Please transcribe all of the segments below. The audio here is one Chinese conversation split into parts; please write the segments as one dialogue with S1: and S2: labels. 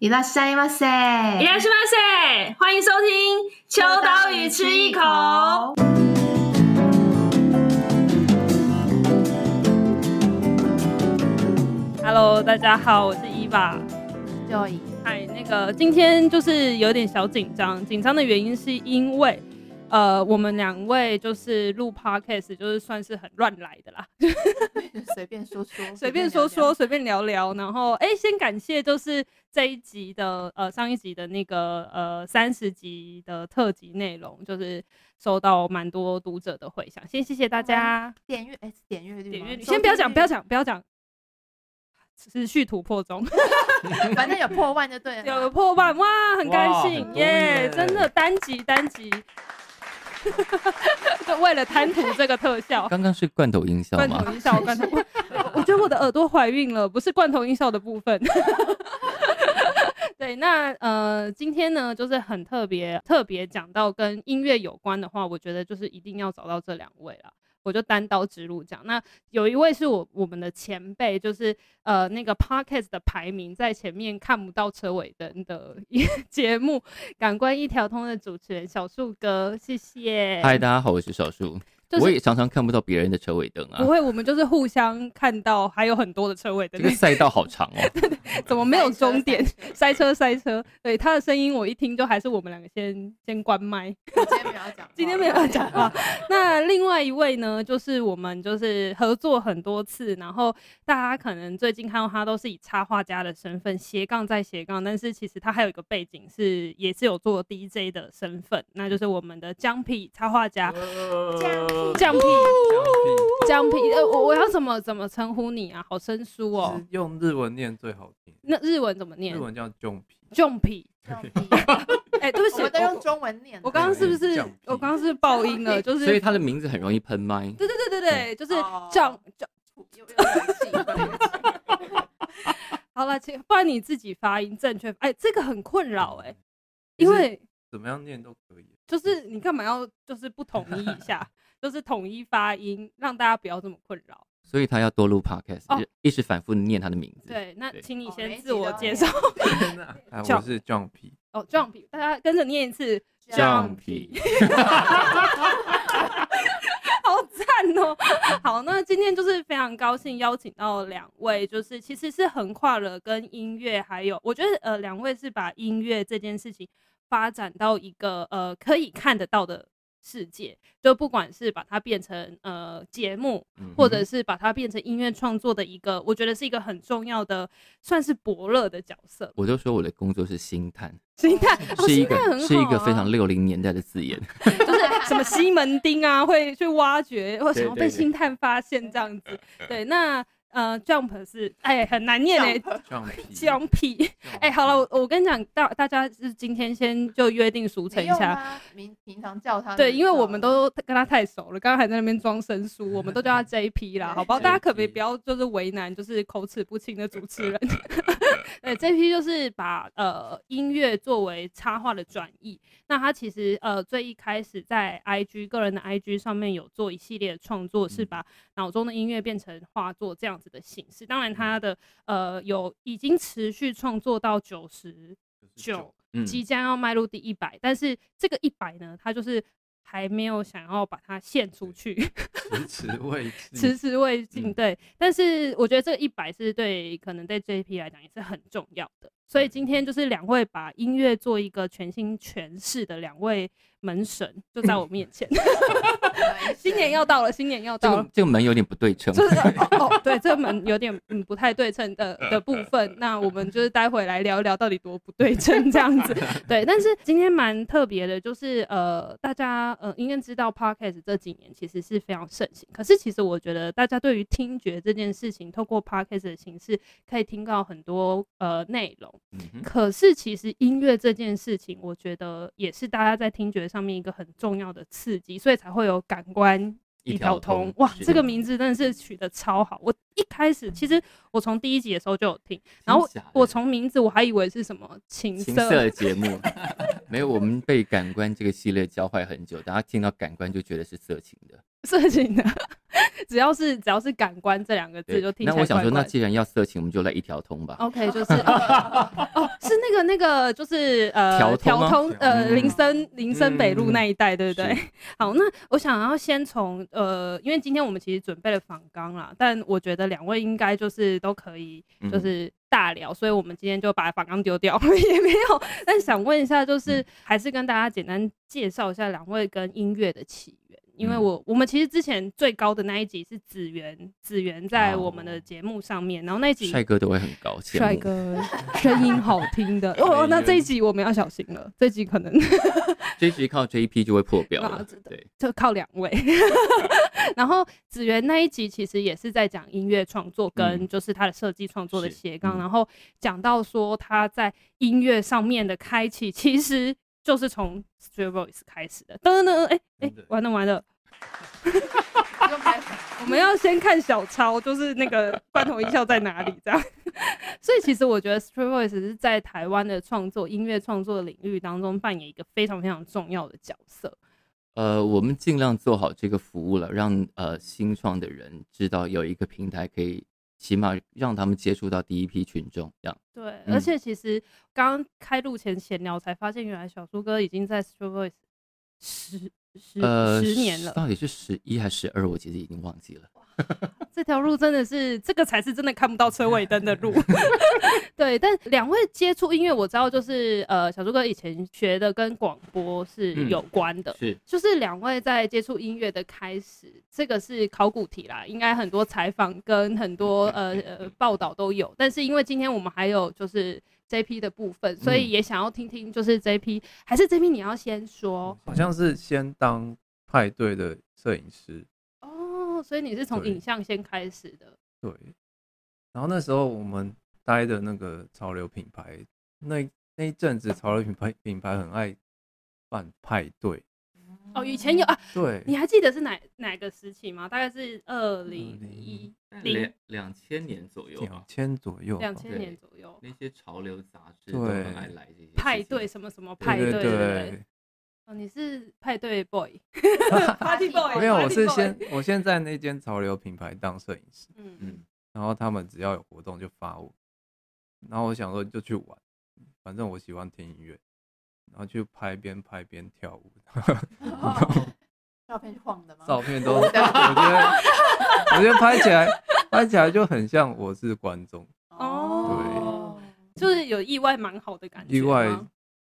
S1: 伊拉塞伊拉塞，
S2: いらっしゃいませ！欢迎收听《秋刀鱼吃一口》。Hello，大家好，我是伊娃。
S1: Joy，
S2: 嗨，那个今天就是有点小紧张，紧张的原因是因为，呃，我们两位就是录 podcast 就是算是很乱来的啦，
S1: 随便 说说，
S2: 随便说说，随便聊聊，然后哎、诶先感谢就是这一集的呃上一集的那个呃三十集的特辑内容，就是收到蛮多读者的回响，先谢谢大家。
S1: 点阅，哎，是点阅率吗，
S2: 点阅率，
S1: 啊收
S2: 先不要
S1: 听
S2: 讲，
S1: 率
S2: 不要，讲，不要讲，持续突破 中。
S1: 反正有破万就对 了。
S2: 有破万哇，很开
S3: 哇
S2: 心
S3: 很多
S2: 耶
S3: 耶
S2: 真的单集单 集， 就为了贪图这个特效，
S3: 刚刚是罐头音效
S2: 罐
S3: 吗？
S2: 头音效，罐头，我我觉得我的耳朵怀孕了，不是罐头音效的部分。 对，那呃，今天呢，就是很特别，特别讲到跟音乐有关的话，我觉得就是一定要找到这两位啦。我就单刀直入讲，那有一位是我我们的前辈，就是呃那个 podcast 的排名在前面看不到车尾灯的 节目《感官一条通》的主持人小树哥，谢谢。
S3: 嗨，大家好，我是小树。
S2: 就是
S3: 我也常常看不到别人的车尾灯啊
S2: 不，会，我们就是互相看到还有很多的车尾灯
S3: 这个，赛道 好长哦。
S2: 怎么没有
S1: 塞车
S2: 终点？塞车塞车，对他的声音我一听就还是我们两个先先关麦。
S1: 我今天没有要讲话，
S2: 今天没有要讲话。 那另外一位呢，就是我们就是合作很多次，然后大家可能最近看到他都是以插画家的身份斜杠在斜杠，但是其实他还有一个背景是也是有做 DJ 的身份，那就是我们的江皮插画家江皮江皮，呃，我我要怎么怎么称呼你啊？好生疏哦。
S4: 用日文念最好听，
S2: 那日文怎么念
S4: 日？文叫 “jump”。
S2: 重皮，
S1: 这种 屁，
S2: 哎、对不
S1: 我
S2: 起，
S1: 们都用
S2: 我
S1: 中文念的。
S2: 我刚刚是不是
S4: 降皮
S2: 我刚刚是不是爆音 了？就是
S3: 哎所以他嗯的名字很容易喷麦。
S2: 对对对对对，就是
S1: 哦
S2: 降降。
S1: 有有有气
S2: 好了，请不然你自己发音正确。哎、这个很困扰
S3: 嗯
S2: 哎、
S4: 其
S2: 因
S4: 实
S2: 为
S4: 嗯怎么样念都可以。
S2: 就是你干嘛要就是不统一一下，就是统一发音，让大家不要这么困扰。
S3: 所以他要多录 podcast，、
S2: 哦
S3: 一直反复念他的名字。，
S2: 对，那
S3: 对
S2: 请你
S1: 哦每一
S2: 先
S1: 集
S2: 自我
S1: 都
S2: 介
S1: 要
S2: 绍。
S4: 天哪啊，
S2: 叫
S4: 我是 Jump，
S2: 哦，撞皮，大家跟着念一次，
S1: 啊
S3: 酱皮，
S2: 好赞哦！好，那今天就是非常高兴邀请到两位，就是其实是横跨了跟音乐，还有我觉得呃两位是把音乐这件事情发展到一个呃可以看得到的世界，就不管是把它变成呃节目，
S3: 嗯
S2: 或者是把它变成音乐创作的一个，我觉得是一个很重要的，算是伯乐的角色。
S3: 我就说我的工作是星探，
S2: 心态、哦、
S3: 是一
S2: 心
S3: 个、
S2: 态很好、啊，
S3: 是一个非常六零年代的字眼。
S2: 就是 什么西门町啊，会去挖掘，或想要被
S3: 对对
S2: 星探发现这样子。对，那呃，Jump 是哎很难念哎、
S4: Jump，
S2: Jump，哎、好了，，我我跟你讲，大大家是今天先就约定俗成
S1: 你
S2: 一
S1: 用
S2: 下，
S1: 他平平常叫他
S2: 对，
S1: 就
S2: 因为
S1: 知道
S2: 我们
S1: 了
S2: 都跟他太熟了，刚刚还在那边装生疏，我们都 叫他 JP 啦，好不好？
S4: JP
S2: 大家可别不要就是为难，就是口齿不清的主持 人。对，JP 就是把呃音乐作为插画的转译。那他其实呃最一开始在 IG 个人的 IG 上面有做一系列的创作，是把脑中的音乐变成画作这样子的形式。当然，他的呃有已经持续创作到九十九
S3: 嗯
S2: 即将要迈入第一百，但是这个一百呢，他就是还没有想要把它献出去，
S4: 迟迟未
S2: 迟
S4: 至，
S2: 迟未尽。
S3: 嗯
S2: 对，但是我觉得这个一百是对可能对 JP 来讲也是很重要的，所以今天就是两位把音乐做一个全新诠释的两位门神就在我面 前。新年要到了，新年要
S3: 这
S2: 到了
S3: 个。这个门有点不对称。
S2: 就是哦哦，对，这门有点嗯不太对称的的部分，那我们就是待会来聊一聊到底多不对称这样子。对，但是今天蛮特别的，就是呃，大家呃应该知道 podcast 这几年其实是非常盛行，可是其实我觉得大家对于听觉这件事情，透过 podcast 的形式可以听到很多呃内容，
S3: 嗯哼
S2: 可是其实音乐这件事情，我觉得也是大家在听觉上面一个很重要的刺激，所以才会有感官一条通。哇，
S3: 是
S2: 这个名字真的是取得超好。我一开始其实我从第一集的时候就有听，然后
S3: 真假的
S2: 我从名字我还以为是什么情
S3: 情
S2: 色，
S3: 色的 节目，没有，我们被感官这个系列教坏很久，大家听到感官就觉得是色情的。
S2: 色情的， 只要是只要是感官这两个字就听起来
S3: 那我想
S2: 怪
S3: 说，
S2: 怪
S3: 那
S2: 的
S3: 既然要色情，我们就来一条通吧。
S2: OK，就是哦哦，是那的那个就是呃
S3: 调通吗
S2: 调通呃
S4: 嗯
S2: 林森林森北路
S4: 嗯
S2: 那一带，对不对
S3: 是？
S2: 好，那我想要先从呃，因为今天我们其实准备了访纲啦，但我觉得两位应该就是都可以
S3: 嗯
S2: 就是大聊，所以我们今天就把访纲丢掉 也没有。但想问一下，
S3: 嗯
S2: 就是还是跟大家简单介绍一下两位跟音乐的起源。因为
S3: 嗯
S2: 我我们其实之前最高的那一集是子源，子源在我们
S3: 哦
S2: 的节目上面，然后那一集
S3: 帅哥都会很高兴。
S2: 帅哥声音好听 的哦，那这一集我们要小心了，这一集可能
S3: 这一局靠这一批就会破表
S2: 啊
S3: 了
S2: 知道。
S3: 对，
S2: 就靠两位。 然后子源那一集其实也是在讲音乐创作跟
S3: 嗯
S2: 就是他的设计创作的
S3: 是
S2: 斜杠，
S3: 嗯
S2: 然后讲到说他在音乐上面的开启，其实就是从 Street Voice 开始的。噔噔，哎哎
S4: 真的，
S2: 完了完了，
S1: 又开始
S2: 我们要先看小抄，就是那个罐头音效在哪里这样。 所以其实我觉得 Street Voice 是在台湾的创作音乐创作领域当中扮演一个非常非常重要的角色。
S3: 呃，我们尽量做好这个服务了，让呃新创的人知道有一个平台可以，起码让他们接触到第一批群众。这样，
S2: 对，
S3: 嗯
S2: 而且其实刚刚开录前闲聊才发现，原来小苏哥已经在 Street Voice 十十、
S3: 呃，
S2: 十年了。
S3: 到底是十一还是十二？我其实已经忘记了。
S2: 这条路真的是，这个才是真的看不到车尾灯的 路。对，但两位接触音乐，我知道就是呃，小苏哥以前学的跟广播是
S3: 嗯
S2: 有关的。
S3: 是，
S2: 就是两位在接触音乐的开始，这个是考古题啦，应该很多采访跟很 多呃呃报道都有。但是因为今天我们还有就是 JP 的部分，所以也想要听听就是 JP，、还是 JP 你要先说
S4: 好像是先当派对的摄影师，
S2: 哦，所以你是从
S4: 对
S2: 影像先开始的，
S4: 对。然后那时候我们待的那个潮流品牌，那那一阵子潮流品牌品牌很爱办派对，
S2: 哦，以前有啊，
S4: 对，
S2: 你还记得是哪哪个时期吗？大概是二零一零
S3: 两两千年左右
S4: 两千左右吧，
S2: 哦两千年左右。
S3: 那些潮流杂志
S4: 都很爱
S3: 来这些
S2: 派对什么什么派
S4: 对
S2: 对，
S4: 对
S2: 对不对？
S4: 对，
S2: 哦，你是派对 boy，
S1: Party boy
S4: 没有，我
S2: Party
S4: 是
S2: boy
S4: 先我先在那间潮流品牌当摄影师，
S2: 嗯嗯
S3: 嗯。
S4: 然后他们只要有活动就发我，然后我想说就去玩，反正我喜欢听音乐，然后去拍边拍边跳舞，
S1: 照片是晃的吗？
S4: 照片
S2: 哦
S4: 都我 觉得我觉得拍起来拍起来就很像我是观众，
S2: 哦，就是有意外蛮好的感觉。
S4: 意外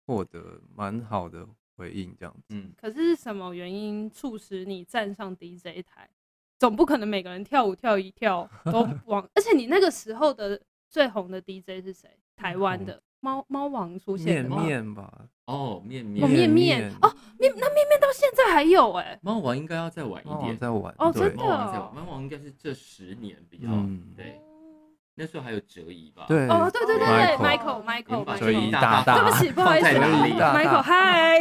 S4: 获得蛮好的回应这样子。
S3: 嗯，
S2: 可是是什么原因促使你站上 DJ 台？总不可能每个人跳舞跳一 跳都往，而且你那个时候的最红的 DJ 是谁？台湾的猫猫王出现
S4: 嗯面
S2: 的吗？
S4: 面吧，
S3: 哦，面
S2: 哦
S3: 面
S2: 面面
S4: 面
S2: 哦，面那面面到现在还有哎、
S3: 猫王应该要再晚一
S4: 然后我
S3: 点，
S4: 在玩
S2: 哦
S4: 对
S2: 真的
S3: 猫王再晚，猫王应该是这十年比较
S4: 嗯
S3: 对。那时候还有哲怡吧？
S4: 对
S2: 哦，对对对对
S1: Michael
S2: ，Michael
S3: 把
S2: Michael，
S4: 所哲以
S3: 一
S4: 以
S2: 对
S4: 大大
S2: 不起，不好意思啊
S3: 放在哪里
S4: 大
S2: ，Michael 嗨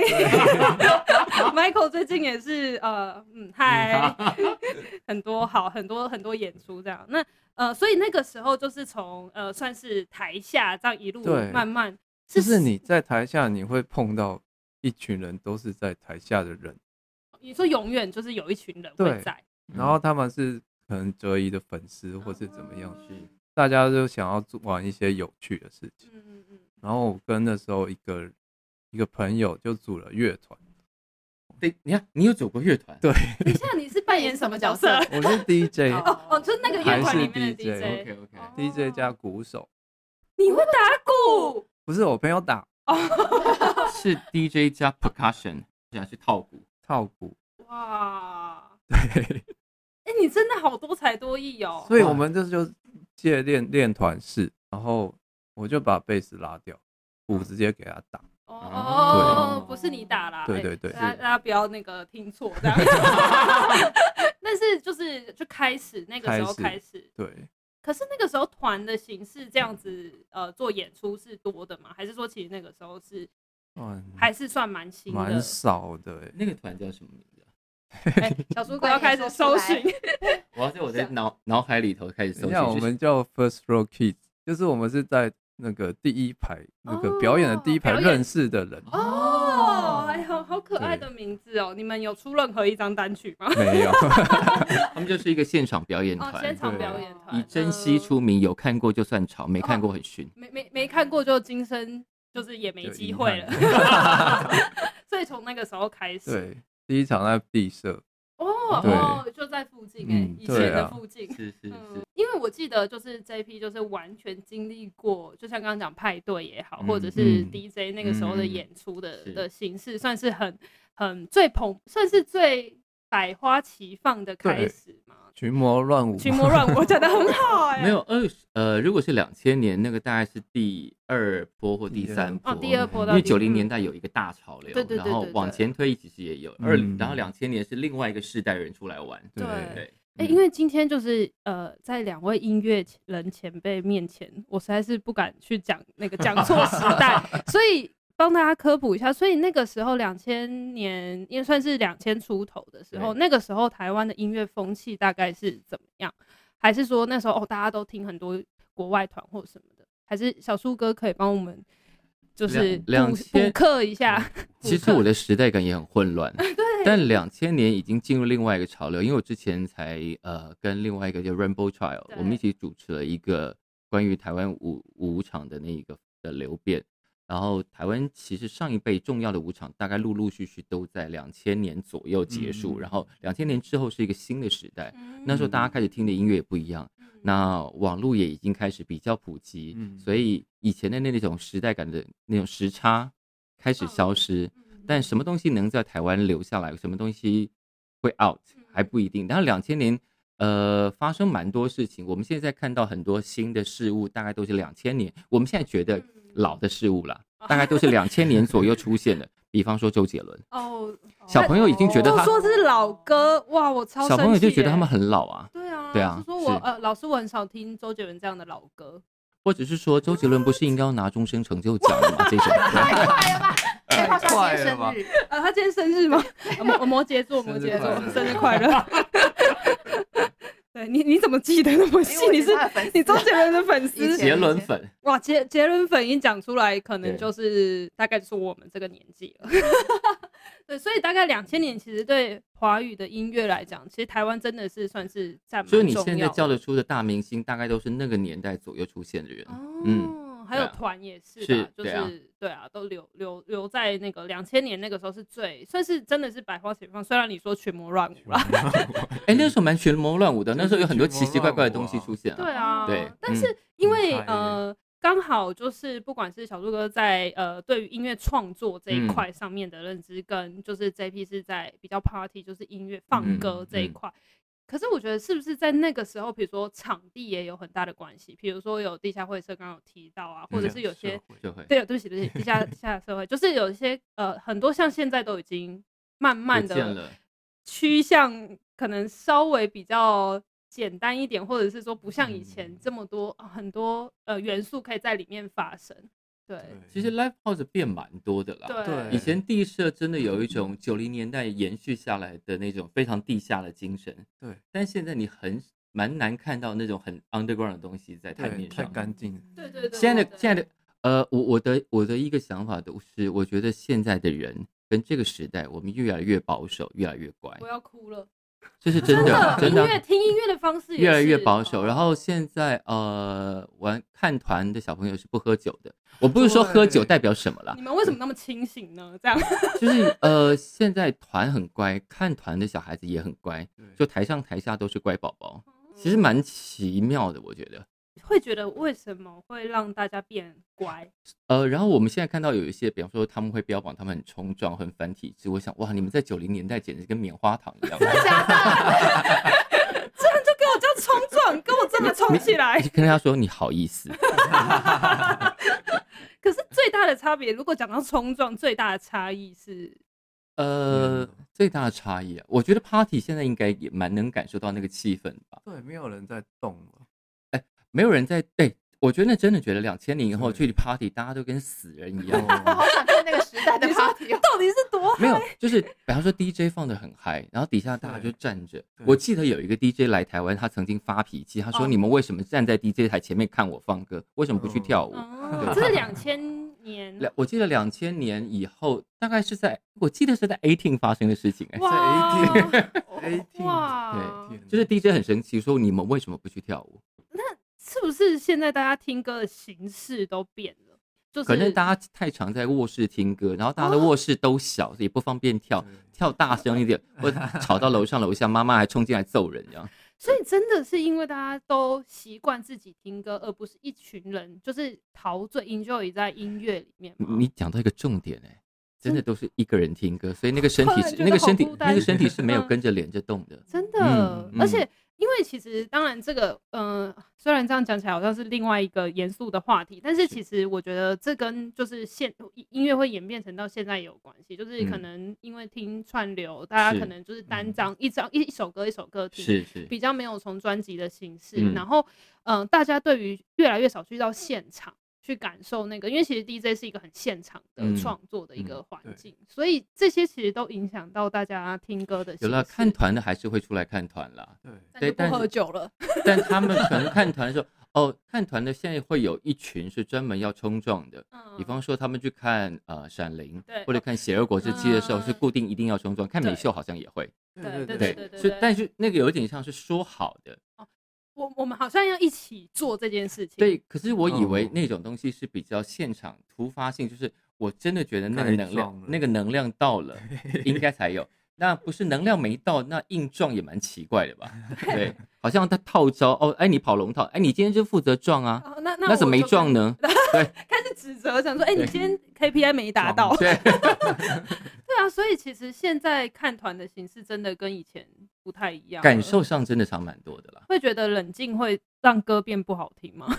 S2: ，Michael 最近也是呃嗯嗨， 很多好很多很多演出这样。那呃，所以那个时候就是从呃算是台下这样一路
S4: 对
S2: 慢慢，
S4: 就是你在台下你会碰到一群人都是在台下的人。
S2: 你说永远就是有一群人会
S4: 对
S2: 在，
S3: 嗯
S4: 然后他们是可能哲一的粉丝或是怎么样，
S2: 哦
S3: 是
S4: 大家就想要做玩一些有趣的事情。
S2: 嗯嗯嗯，
S4: 然后我跟那时候一个一个朋友就组了乐团，
S3: 对，你看你有走过乐团？
S4: 对
S2: 等一下你是 扮演什么角色？
S4: 我是 DJ
S2: 哦哦，就是那个乐团里面的
S4: 还是 DJ
S2: DJ，
S3: ，OK OK，
S2: 哦
S4: DJ 加鼓手，
S2: 你会打鼓
S4: 不是我朋友打
S3: 是 DJ 加 percussion，这样是套鼓。
S4: 套鼓，
S2: 哇？
S4: 对，
S2: 哎、你真的好多才多艺哦！
S4: 所以我们这就借练练团式，然后我就把贝斯拉掉，
S2: 嗯
S4: 鼓直接给他打，
S2: 哦，
S1: 对
S2: 不是你打啦，
S4: 对
S2: 哎
S4: 对对
S2: 大家
S3: 是
S2: 大家不要那个听错这样。但是就是就开始那个时候
S4: 开
S2: 开
S4: 始
S2: 始，
S4: 对，
S2: 可是那个时候团的形式这样子，呃，做演出是多的吗？还是说其实那个时候是
S4: 嗯，
S2: 还是算蛮新的
S4: 蛮？少的欸，
S3: 那个团叫什么名字啊？
S2: 哎、小苏哥要开始搜寻
S1: 快点，
S3: 我要在我的脑脑海里头开始搜
S4: 等一下，我
S3: 寻。
S4: 们叫 First Row Kids，就是我们是在那个第一排那个表演的第一排
S2: 哦表演
S4: 认识的人，
S2: 哦，哎，好好可爱的名字哦！你们有出任何一张单曲吗？
S4: 没有，
S3: 他们就是一个现场表演
S2: 哦，现
S3: 团，
S2: 场表演团哦
S3: 以珍惜
S2: 嗯
S3: 出名，有看过就算潮，没看过很逊。
S2: 没没没看过就今生就是也没
S4: 就
S2: 机
S4: 遗
S2: 会
S4: 憾
S2: 了。 所以从那个时候开始，
S4: 对，第一场在地社，
S2: 哦
S4: 对
S2: 哦，就在附近哎、
S4: 嗯
S2: 以前
S4: 对
S2: 的
S4: 啊
S2: 附近。
S3: 是是
S2: 嗯
S3: 是，，
S2: 因为我记得就是 JP 就是完全经历过，就像刚刚讲派对也好，
S3: 嗯
S2: 或者是
S4: 嗯
S2: DJ 那个时候的
S3: 嗯
S2: 演出的、
S3: 是
S2: 的形式，算是很很最捧，算是最百花齐放的开
S4: 对
S2: 始嘛。
S4: 群魔乱舞，
S2: 群魔乱舞讲的很 好哎、
S3: 没有二十呃，如果是两千年，那个大概是第二波或第
S4: 第二
S3: 三波，
S2: 哦，第二波
S3: 因
S2: 到
S3: 为
S2: 第
S3: 九
S2: 嗯
S3: 零年代有一个大潮流，
S2: 对对对
S3: 然后
S2: 对对
S3: 往前推其实也有二，
S4: 嗯
S3: 然后两千年是另外一个世代人出来玩，
S2: 对
S4: 对，
S3: 对，
S2: 哎、因为今天就是呃，在两位音乐前人前辈面前，我实在是不敢去讲那个讲错时 代，所以帮大家科普一下。所以那个时候两千年，因为算是两千出头的时候，
S3: 对
S2: 那个时候台湾的音乐风气大概是怎么样？还是说那时候哦，大家都听很多国外团或什么的？还是小树哥可以帮我们就是
S3: 两
S2: 补补
S3: 2000
S2: 课一下？
S3: 其实我的时代感也很混乱，
S2: 嗯对，
S3: 但两千年已经进入另外一个潮流，因为我之前才呃跟另外一个叫 Rainbow Child，
S2: 对
S3: 我们一起主持了一个关于台湾舞舞场的那一个的流变。然后台湾其实上一辈重要的舞场，大概陆陆续续都在两千年左右结束，
S4: 嗯
S3: 然后两千年之后是一个新的时代。
S2: 嗯
S3: 那时候大家开始听的音乐也不一样，那网络也已经开始比较普及，
S4: 嗯
S3: 所以以前的那种时代感的那种时差开
S2: 嗯
S3: 始消失。但什么东西能在台湾留下来，什么东西会 out
S2: 嗯
S3: 还不一定。但两千年，呃，发生蛮多事情。我们现在看到很多新的事物，大概都是两千年。我们现在觉
S2: 嗯
S3: 得老的 事物啦，大概都是两千年左右出现的。比方说周杰伦，
S2: 哦，
S3: 小朋友已经觉得
S2: 就
S3: 他
S2: 说是老歌，哇，我超
S3: 小朋友
S2: 生气
S3: 就觉得
S2: 耶
S3: 他们很老啊，
S2: 对啊，
S3: 对啊
S2: 就说我
S3: 是
S2: 呃，老师我很少听周杰伦这样的老歌，
S3: 或者是说周杰伦不是应该要拿终身成就奖的吗？这种
S1: 太快了吧！哎太快
S4: 快
S1: 了
S4: 了吧
S1: 生日，
S2: 呃，他今天生日吗？呃摩摩羯座，
S4: 生
S2: 摩
S4: 日
S2: 羯
S4: 快
S2: 座，
S4: 乐
S2: 生日快乐。对你你怎么记得那 么细？你是你周杰伦的粉
S1: 以
S2: 丝
S1: 前
S3: 杰伦粉，
S2: 哇，杰杰伦粉一讲出来，可能
S3: 对
S2: 就是大概就是我们这个年纪了。 对，所以大概两千年，其实对华语的音乐来讲，其实台湾真的是算是占蛮
S3: 所以你
S2: 重
S3: 现在
S2: 要的
S3: 叫得出的大明星，大概都是那个年代左右出现的人。嗯，
S2: 哦，还有
S3: 对啊
S2: 团也是
S3: 是
S2: 啦，就
S3: 对啊
S2: 是对啊，都留留留在那个两千年那个时候是最算是真的是百花齐放，虽然你说群魔乱 舞啦，啊
S3: 哎，那时候蛮群魔乱舞的，
S4: 真
S3: 那
S4: 的
S3: 时候有很多
S4: 群
S3: 奇
S4: 魔
S3: 奇怪怪的
S4: 乱
S3: 东
S4: 舞
S3: 西
S4: 啊
S3: 出现啊。
S2: 对啊，
S3: 对
S2: 但
S3: 嗯
S2: 是因为
S4: 很嗨
S2: 呃，刚好就是不管是小猪哥在呃对于音乐创作这一
S3: 嗯
S2: 块上面的认知，跟就是 JP 是在比较 party，就是音乐放
S3: 嗯
S2: 歌这一
S3: 嗯
S2: 块。可是我觉得是不是在那个时候，比如说场地也有很大的关系，比如说有地下会社刚刚有提到啊，或者
S3: 嗯
S2: 是有些
S3: 就会
S2: 对，对不起，对不起，地下地下社会就是有一些呃，很多像现在都已经慢慢
S3: 不见
S2: 的
S3: 了。
S2: 趋向，可能稍微比较简单一点，或者是说不像以前
S4: 嗯
S2: 这么多、啊很多呃元素可以在里面发生。对，
S3: 其实 live house 变蛮多的啦。
S2: 对
S3: 以前地社真的有一种九零年代延续下来的那种非常地下的精神，
S4: 对
S3: 但现在你很蛮难看到那种很 underground 的东西在台
S4: 对
S3: 面
S4: 太
S3: 上。
S4: 干净了，
S2: 对对对
S3: 现在的
S2: 对
S3: 现在的呃，我我的我的一个想法都是，我觉得现在的人跟这个时代，我们越来越保守，越来越乖
S2: 我，要哭了。
S3: 这是真的真
S2: 音
S3: 的
S2: 乐听音乐的方式也
S3: 越来越
S2: 是啊
S3: 保守。然后现在呃，玩看团的小朋友是不喝酒的。我不是说喝酒
S4: 对
S3: 代表什么啦，
S2: 你们为什么那么清醒呢？这样
S3: 就是呃，现在团很乖，看团的小孩子也很乖，
S4: 对
S3: 就台上台下都是乖宝
S2: 哦
S3: 宝，其实蛮奇妙的，我觉得。
S2: 会觉得为什么会让大家变乖？
S3: 呃，然后我们现在看到有一些，比方说他们会标榜他们很冲撞、很反体制，我想哇，你们在九零年代简直跟棉花糖 一样，
S2: 这样就给我这样冲撞，跟我这么冲起来
S3: 你。跟他说你好意思，
S2: 可是最大的差别，如果讲到冲撞，最大的差异是，
S3: 呃
S4: 嗯，
S3: 最大的差异啊，我觉得 party 现在应该也蛮能感受到那个气氛吧，
S4: 对，没有人在动了，
S3: 没有人在对。我觉得真的觉得两千年以后
S4: 对
S3: 去 party，大家都跟死人一样，
S1: 我
S4: 哦
S1: 好想看那个时代的 party 哦。
S2: 到底是 多
S3: 没有，就是比方说 DJ 放的很嗨，然后底下大家就
S4: 对
S3: 站着。
S4: 对
S3: 我记得有一个 DJ 来台湾，他曾经发脾气，他说：“
S2: 哦
S3: 你们为什么站在 DJ 台前面看我放歌？为什么不去
S4: 哦
S3: 跳舞？”
S2: 哦
S3: 对
S2: 这是两千年
S3: 两、我记得两千年以后，大概是在我记得是在18发生的事情、哎，
S2: 哇
S4: 在18
S2: 哇，
S4: 天哪
S3: 就是 DJ 很生气，说你们为什么不去跳舞？
S2: 是不是现在大家听歌的形式都变了？就是
S3: 可能大家太常在卧室听歌，然后大家
S2: 啊
S3: 的卧室都小，也不方便跳，跳大声一点，或者吵到楼上楼下，妈妈还冲进来揍人这样。
S2: 所以真的是因为大家都习惯自己听歌，而不是一群人就是陶醉 enjoy 在音乐里面吗。
S3: 你讲到一个重点哎、真的都是一个人听歌，所以那个身 体
S2: 嗯突然
S3: 是
S2: 觉得
S3: 那个身体
S2: 好孤单
S3: 那个身体是没有
S2: 嗯
S3: 跟着连着 动的。
S2: 真的，
S3: 嗯
S2: 而
S3: 嗯
S2: 且因为其实当然这个，嗯、虽然这样讲起来好像是另外一个严肃的话题，但是其实我觉得这跟就是现音音乐会演变成到现在也有关系，就是可
S3: 嗯
S2: 能因为听串流，大家
S3: 是嗯
S2: 可能就是单张一张一一首歌一首歌听，
S3: 是是，
S2: 比较没有从专辑的形式，
S3: 嗯
S2: 然后嗯、呃大家对于越来越少去到现场去感受那个，因为其实 DJ 是一个很现场
S3: 嗯
S2: 的创作的一个环
S4: 对
S2: 境，所以这些其实都影响到大家听歌的
S3: 有
S2: 形
S3: 了
S2: 式
S3: 看团的还是会出来看团啦，
S4: 对，
S3: 对
S1: 但
S3: 但
S1: 就
S3: 是
S1: 不喝酒了，
S3: 但他们可能看团的时候，哦，看团的现在会有一群是专门要冲撞的，
S2: 嗯
S3: 比方说他们去看呃《闪灵
S2: 对》哦
S3: 或者看《血肉果汁机》的时候，是
S2: 嗯
S3: 固定一定要冲撞，看美
S2: 对
S3: 秀好像也会，
S4: 对
S2: 对
S4: 对
S3: 对
S4: 对，
S2: 对
S3: 所以
S2: 对
S3: 但是那个有点像是说好的，
S2: 我我们好像要一起做这件事情，
S3: 对。可是我以为
S4: 嗯
S3: 那种东西是比较现场突发性，就是我真的觉得那个
S4: 该
S3: 能
S4: 撞
S3: 量
S4: 了
S3: 那个能量到了，应该才有。那不是能量没到，那硬撞也蛮奇怪的吧？ 对，好像他套招哦，哎，你跑龙套，哎，你今天就负责撞啊，
S2: 哦，那那
S3: 那
S2: 我
S3: 怎么没
S2: 就
S3: 撞 呢？
S2: 开始指责，想说，哎、你
S3: 对
S2: 今天 KPI 没达到，
S4: 撞
S3: 对，
S2: 对啊，所以其实现在看团的形式真的跟以前不太一样了，
S3: 感受上真的差蛮多的啦。
S2: 会觉得冷静会让歌变不好听吗？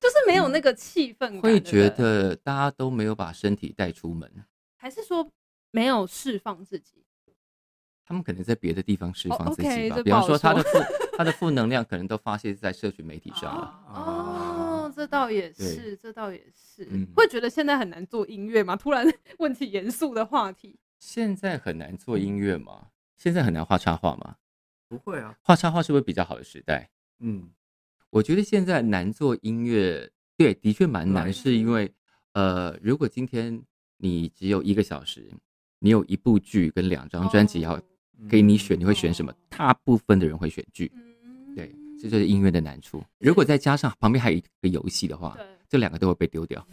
S2: 就是没有那个气氛嗯感，
S3: 嗯会
S2: 对不
S3: 觉
S2: 对
S3: 得大家都没有把身体带出门，
S2: 还是说没有释放自己？
S3: 他们可能在别的地方释
S2: 哦
S3: 放自己
S2: ，OK，
S3: 吧。
S2: 这
S3: 比方
S2: 不好
S3: 说他的负 他的负能量可能都发泄在社群媒体上
S4: 啊
S3: 了。
S2: 哦，这倒也是，这倒也是。
S3: 嗯
S2: 会觉得现在很难做音乐吗？突然 问起严肃的话题，
S3: 现在很难做音乐吗？现在很难画插画吗？
S4: 不会啊，
S3: 画插画是不是比较好的时代？
S4: 嗯，
S3: 我觉得现在难做音乐，对，的确蛮难，
S4: 嗯
S3: 是因为
S2: 嗯
S3: 呃，如果今天你只有一个小时，你有一部剧跟两张专辑要
S2: 哦
S3: 给
S4: 嗯
S3: 你选，你会选什么
S2: 哦？
S3: 大部分的人会选剧。
S2: 嗯
S3: 对，这就是音乐的难处。如果再加上旁边还有一个游戏的话，
S2: 对。
S3: 这两个都会被丢掉。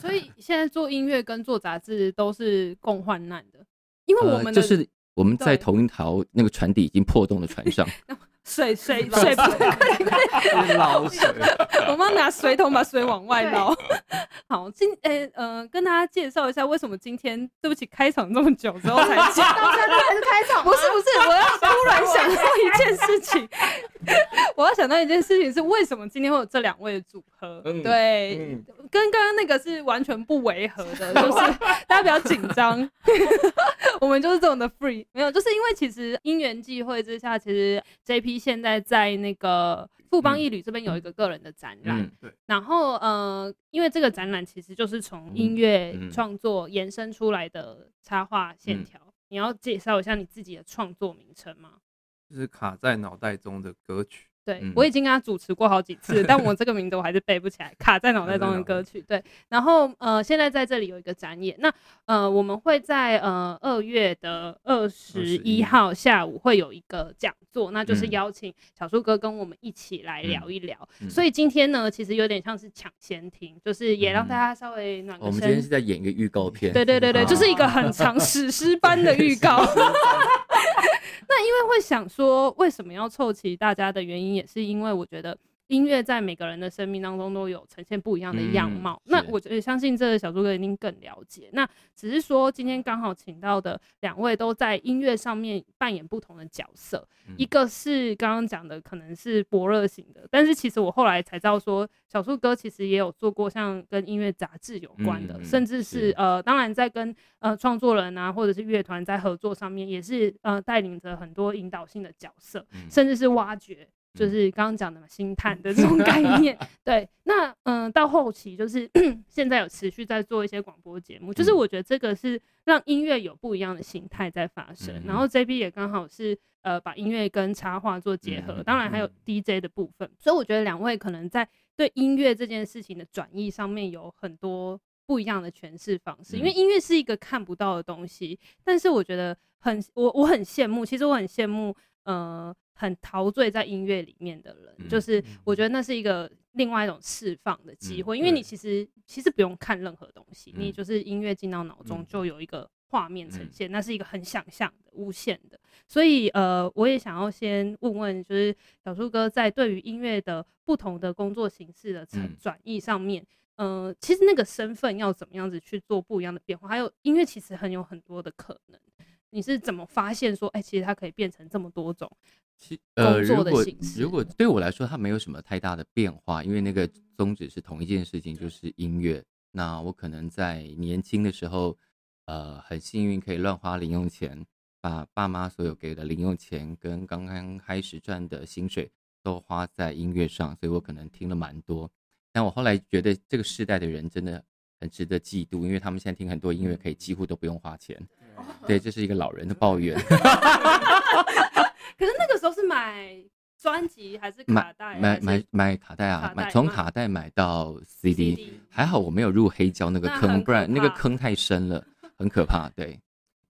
S2: 所以现在做音乐跟做杂志都是共患难的，因为我们的
S3: 呃就是我们
S2: 对
S3: 在同一条那个船底已经破洞的 船上，
S2: 水水水不
S4: 捞水，嗯
S2: 我们要拿水桶把水往外捞。好，今诶呃，跟大家介绍一下为什么今天对不起开场这么久之后才讲。
S1: 到现在还是开场 吗
S2: 不是不是，我要 突然想到一件事 情，我要想到一件事情是为什么今天会有这两位的组合？
S3: 嗯
S2: 对，
S4: 嗯
S2: 跟刚刚那个是完全不违和的，就是 大家不要紧张， 我们就是这种的 free，没有，就是因为其实因缘际会之下，其实 JP 现在在那个富邦一旅这边有一个个人的展览，
S3: 嗯，
S2: 然后呃，因为这个展览其实就是从音乐
S3: 嗯嗯嗯
S2: 创作延伸出来的插画线条。你要介绍一下你自己的创作名称吗？
S4: 就是卡在脑袋中的歌曲。
S2: 对、
S3: 嗯
S2: 我已经跟他主持过好几次，但我这个名字我还是背不起来，卡在脑袋中的歌 曲。对，然后呃，现在在这里有一个展演，那呃，我们会在呃二月的二十一
S4: 21
S2: 号下午会有一个讲座，那就是
S3: 嗯
S2: 邀请小树哥跟我们一起来聊
S3: 嗯
S2: 一聊。
S3: 嗯
S2: 所以今天呢，其实有点像是抢先听，就是也让大家稍微暖
S3: 哦
S2: 个
S3: 我们今
S2: 身。
S3: 天是在演一个预告片，
S2: 对对对对，
S3: 啊
S2: 就是一个很长史诗般的预告。 那因为会想说，为什么要凑齐大家的原因，也是因为我觉得音乐在每个人的生命当中都有呈现不一样的样貌。
S3: 嗯是
S2: 那我觉得相信这个小猪哥一定更了解。那只是说今天刚好请到的两位都在音乐上面扮演不同的角色，
S3: 嗯
S2: 一个是刚刚讲的可能是伯乐型的，但是其实我后来才知道说，小树哥其实也有做过像跟音乐杂志有关的，
S3: 嗯嗯嗯
S2: 甚至是
S3: 是
S2: 呃，当然在跟呃创作人啊或者是乐团在合作上面，也是呃带领着很多引导性的角色，
S3: 嗯
S2: 甚至是挖掘。就是刚刚讲的嘛，星探的这种概 念，对。那嗯、呃到后期就是 现在有持续在做一些广播节目，就是
S3: 嗯
S2: 我觉得这个是让音乐有不一样的形态在发生。
S3: 嗯
S2: 然后 JB 也刚好是呃把音乐跟插画做结合，
S3: 嗯
S2: 当然还有
S4: 嗯
S2: DJ 的部分。所以我觉得两位可能在对音乐这件事情的转译上面有很多不一样的诠释方式，因为
S3: 嗯
S2: 音乐是一个看不到的东西，但是我觉得很我我很羡慕，其实我很羡慕呃很陶醉在音乐里面的人，
S3: 嗯
S2: 就是
S4: 嗯
S2: 我觉得那是一个另外一种释放的机会，
S3: 嗯
S2: 因为你
S3: 对
S2: 其实其实不用看任何东西，
S3: 嗯
S2: 你就是音乐进到脑中
S4: 嗯
S2: 就有一个画面呈现，那是一个很想象的、无限的。所以呃，我也想要先问问，就是小树哥在对于音乐的不同的工作形式的转
S3: 嗯
S2: 转译上面，呃，其实那个身份要怎么样子去做不一样的变化？还有音乐其实很有很多的可能，你是怎么发现说，哎、其实它可以变成这么多种？
S3: 其呃，
S2: 工作
S3: 如
S2: 的
S3: 果
S2: 形式
S3: 如果对我来说，它没有什么太大的变化，因为那个宗旨是同一件事情，就是音乐。那我可能在年轻的时候，呃，很幸运可以乱花零用钱，把爸妈所有给的零用钱跟刚刚开始赚的薪水都花在音乐上，所以我可能听了蛮多。但我后来觉得这个世代的人真的很值得嫉妒，因为他们现在听很多音乐可以几乎都不用花钱。对，这是一个老人的抱怨。
S2: 可是那个时候是买专辑还是卡
S3: 买
S2: 带？啊
S3: 买买买卡带
S2: 卡
S3: 啊，
S2: 带嗯
S3: 买从
S2: 吗
S3: 卡带买到
S2: CD？
S3: CD，还好我没有入黑胶那个
S2: 那很
S3: 坑，不然
S2: 可
S3: 那个
S2: 怕
S3: 坑太深了，很可怕。对，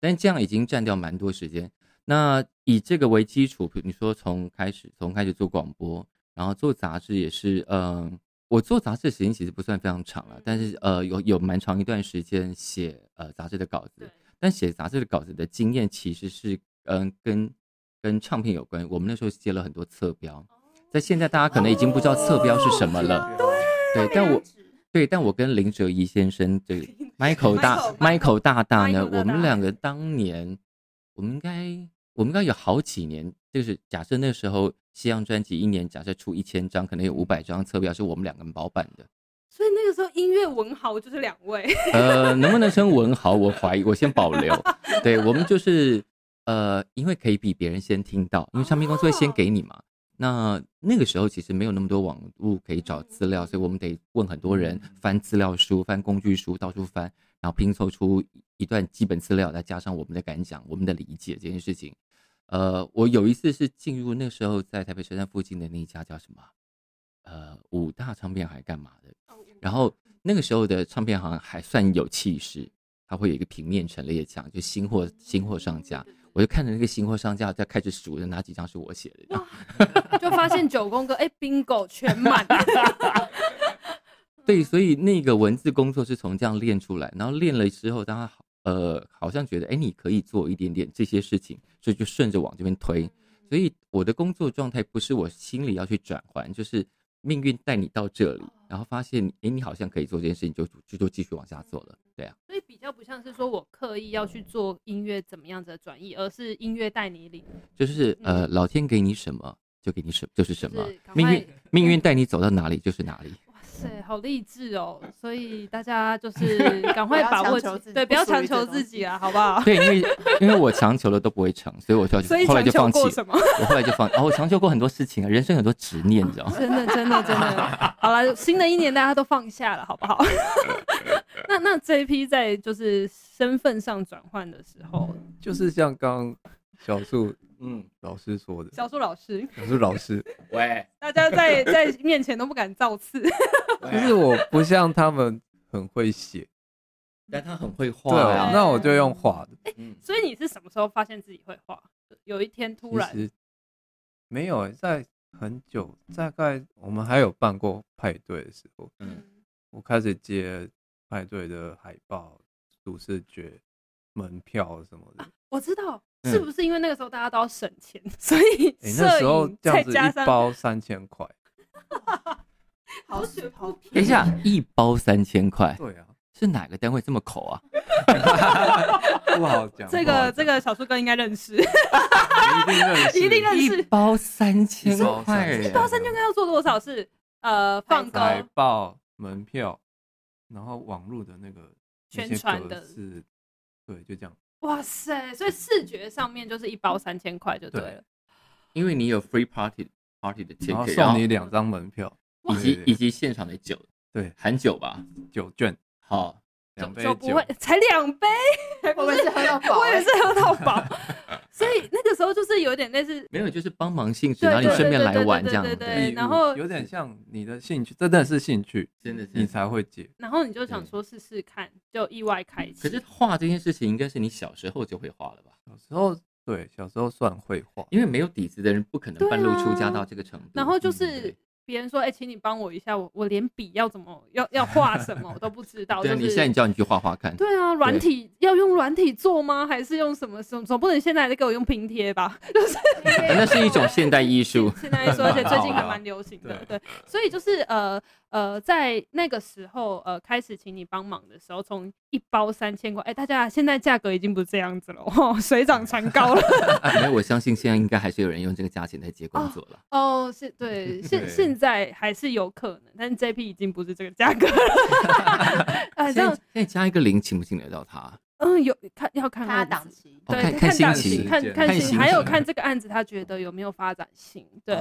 S3: 但这样已经占掉蛮多时间。那以这个为基础，比如你说从开始从开始做广播，然后做杂志也是，嗯、我做杂志的时间其实不算非常长了
S2: 嗯，
S3: 但是呃有有蛮长一段时间写呃杂志的稿子
S2: 对，
S3: 但写杂志的稿子的经验其实是嗯跟跟唱片有关。我们那时候接了很多侧标，在现在大家可能已经不知道侧标是什么了。
S4: 啊
S3: 对，但我对，但我跟林哲怡先生这个 Michael 大 Michael 大大
S2: Michael
S3: 呢，
S2: 大大
S3: 我们两个当年，我们应该我们应该有好几年，就是假设那时候西洋专辑一年假设出一千张，可能有五百张侧标是我们两个人包办的。
S2: 所以那个时候音乐文豪就是两位，
S3: 呃，能不能称文豪，我怀疑，我先保留。对我们就是呃，因为可以比别人先听到，因为唱片公司会先给你嘛。那那个时候其实没有那么多网络可以找资料，所以我们得问很多人，翻资料书、翻工具书，到处翻，然后拼凑出一段基本资料，再加上我们的感想、我们的理解这件事情。呃，我有一次是进入那时候在台北车站附近的那一家叫什么啊？呃，五大唱片还干嘛的？然后那个时候的唱片行还算有气势，它会有一个平面陈列墙，就新货新货上架。我就看着那个新货上架，再开始数着哪几张是我写的。啊然后
S2: 就发现九宫格哎、bingo 全满，
S3: 对，所以那个文字工作是从这样练出来，然后练了之后，当他好呃好像觉得哎你可以做一点点这些事情，所以就顺着往这边推。所以我的工作状态不是我心里要去转换，就是命运带你到这里，然后发现哎你好像可以做这件事情，就就就继续往下做了。对啊，
S2: 所以比较不像是说我刻意要去做音乐怎么样子的转移，而是音乐带你领，
S3: 就是呃
S2: 嗯
S3: 老天给你什么就给你什就是什么
S2: 就是，赶
S3: 命运
S2: 快
S3: 命运带你走到哪里就是哪里。
S2: 哇塞，好励志哦！所以大家 就是赶
S1: 不
S2: 快
S1: 要
S2: 把握
S1: 强求自己
S2: 对，不
S1: 不
S2: 要
S1: 属于
S2: 强
S1: 这
S2: 求
S1: 东
S2: 自
S1: 西
S2: 己啊，好不 好？
S3: 对，因为因为我强求了都不会成，所以我就
S2: 所以
S3: 后来
S2: 强
S3: 就
S2: 求
S3: 放弃
S2: 过。什么？
S3: 我后来就放，哦，我强求过很多事情啊，人生很多执念，你知道吗？
S2: 真的，真的，真 的。 好了，新的一年大家都放下了，好不好？ 那那这一批在就是身份上转换的时候，
S4: 就是像刚刚小树
S3: 嗯，
S4: 老师说的，
S2: 小树老师，
S4: 小树老师
S3: 喂，
S2: 大家 在在面前都不敢造次， 啊
S4: 就是我不像他们很会写，
S3: 但他很会
S4: 对
S3: 画
S2: 啊
S3: 呀、
S4: 那我就用画的。
S3: 嗯，
S2: 所以你是什么时候发现自己会画？有一天突然
S4: 其实没有欸在很久，大概我们还有办过派对的时候，
S3: 嗯
S4: 我开始接派对的海报、主视觉、门票什么的。
S2: 我知道，
S3: 嗯
S2: 是不是因为那个时候大家都要省钱， 所以
S4: 哎、
S2: 摄
S4: 那时候
S2: 影
S4: 这
S2: 再
S4: 样子
S2: 加
S4: 一
S2: 上
S4: 包三千块，
S1: 好水好便宜
S3: 等一下，一包三千块，
S4: 对啊，
S3: 是哪个单位这么抠啊？
S4: 不好讲。
S2: 这
S4: 不好
S2: 个
S4: 讲
S2: 这个小树哥应该认识，
S4: 一定认识，
S2: 一定认
S3: 一
S2: 识。
S3: 包三千块
S4: 一
S3: 耶，
S2: 高三就应该要做多少事？呃，放歌
S4: 海报、门票，然后网络的那个
S2: 宣传的
S4: 是，对，就这样。
S2: 哇塞！所以视觉上面就是一包三千块就对了。
S3: 因为你有 free party party 的
S4: 然后
S3: ticket，
S4: 送你两张门票，
S3: 以及以及现场的酒，
S4: 对，
S3: 含酒吧，
S4: 酒券，
S3: 好，
S4: 两杯
S2: 就不
S4: 酒
S2: 会。才两杯，
S1: 我们是喝到饱，欸
S2: 我也是喝到饱。所以那个时候就是有点类似，
S3: 没有就是帮忙性质，
S2: 对
S3: 然后你
S2: 对
S3: 顺便
S2: 对
S3: 来
S2: 对
S3: 玩
S2: 对
S3: 这样，
S2: 对对
S4: 义务
S2: 然后
S4: 有点像你的兴趣，真的是兴趣，
S3: 真的是
S4: 你才会解。
S2: 然后你就想说试试看，就意外开启。
S3: 可是画这件事情应该是你小时候就会画了吧？
S4: 有时候对，小时候算会画，
S3: 因为没有底子的人不可能半路出家到这个程度。
S2: 啊然后就
S3: 嗯
S2: 是
S3: 对
S2: 别人说，哎、请你帮我一下，我我连笔要怎么要要画什么我都不知道，
S3: 对
S2: 就
S3: 啊，
S2: 是
S3: 你现在叫你去画画看，
S2: 对啊，软
S3: 对
S2: 体要用软体做吗？还是用什么？总总不能现在给我用拼贴吧？
S3: 啊那是一种现代艺术。
S2: 现在说，而且最近还蛮流行的，对，所以就是呃呃，在那个时候呃开始请你帮忙的时候，从一包三千块，哎、大家现在价格已经不是这样子了，哦， 水涨船高 了。
S3: 没有，我相信现在应该还是有人用这个价钱在接工作了。
S2: 哦，是对，现
S4: 对
S2: 现在还是有可能，但是这批已经不是这个价格了。 啊，这
S3: 现在
S2: 样
S3: 现在加一个零，请不请得到他？
S2: 嗯，有看要看
S1: 他
S2: 案子
S1: 档期，
S3: 哦
S2: 对，
S3: 看看
S2: 档
S3: 心
S2: 期
S3: 情
S2: 看
S4: 看
S2: 看
S3: 心
S2: 心，
S3: 情啊哦
S2: 还有看这个案子他觉得有没有发展性。对，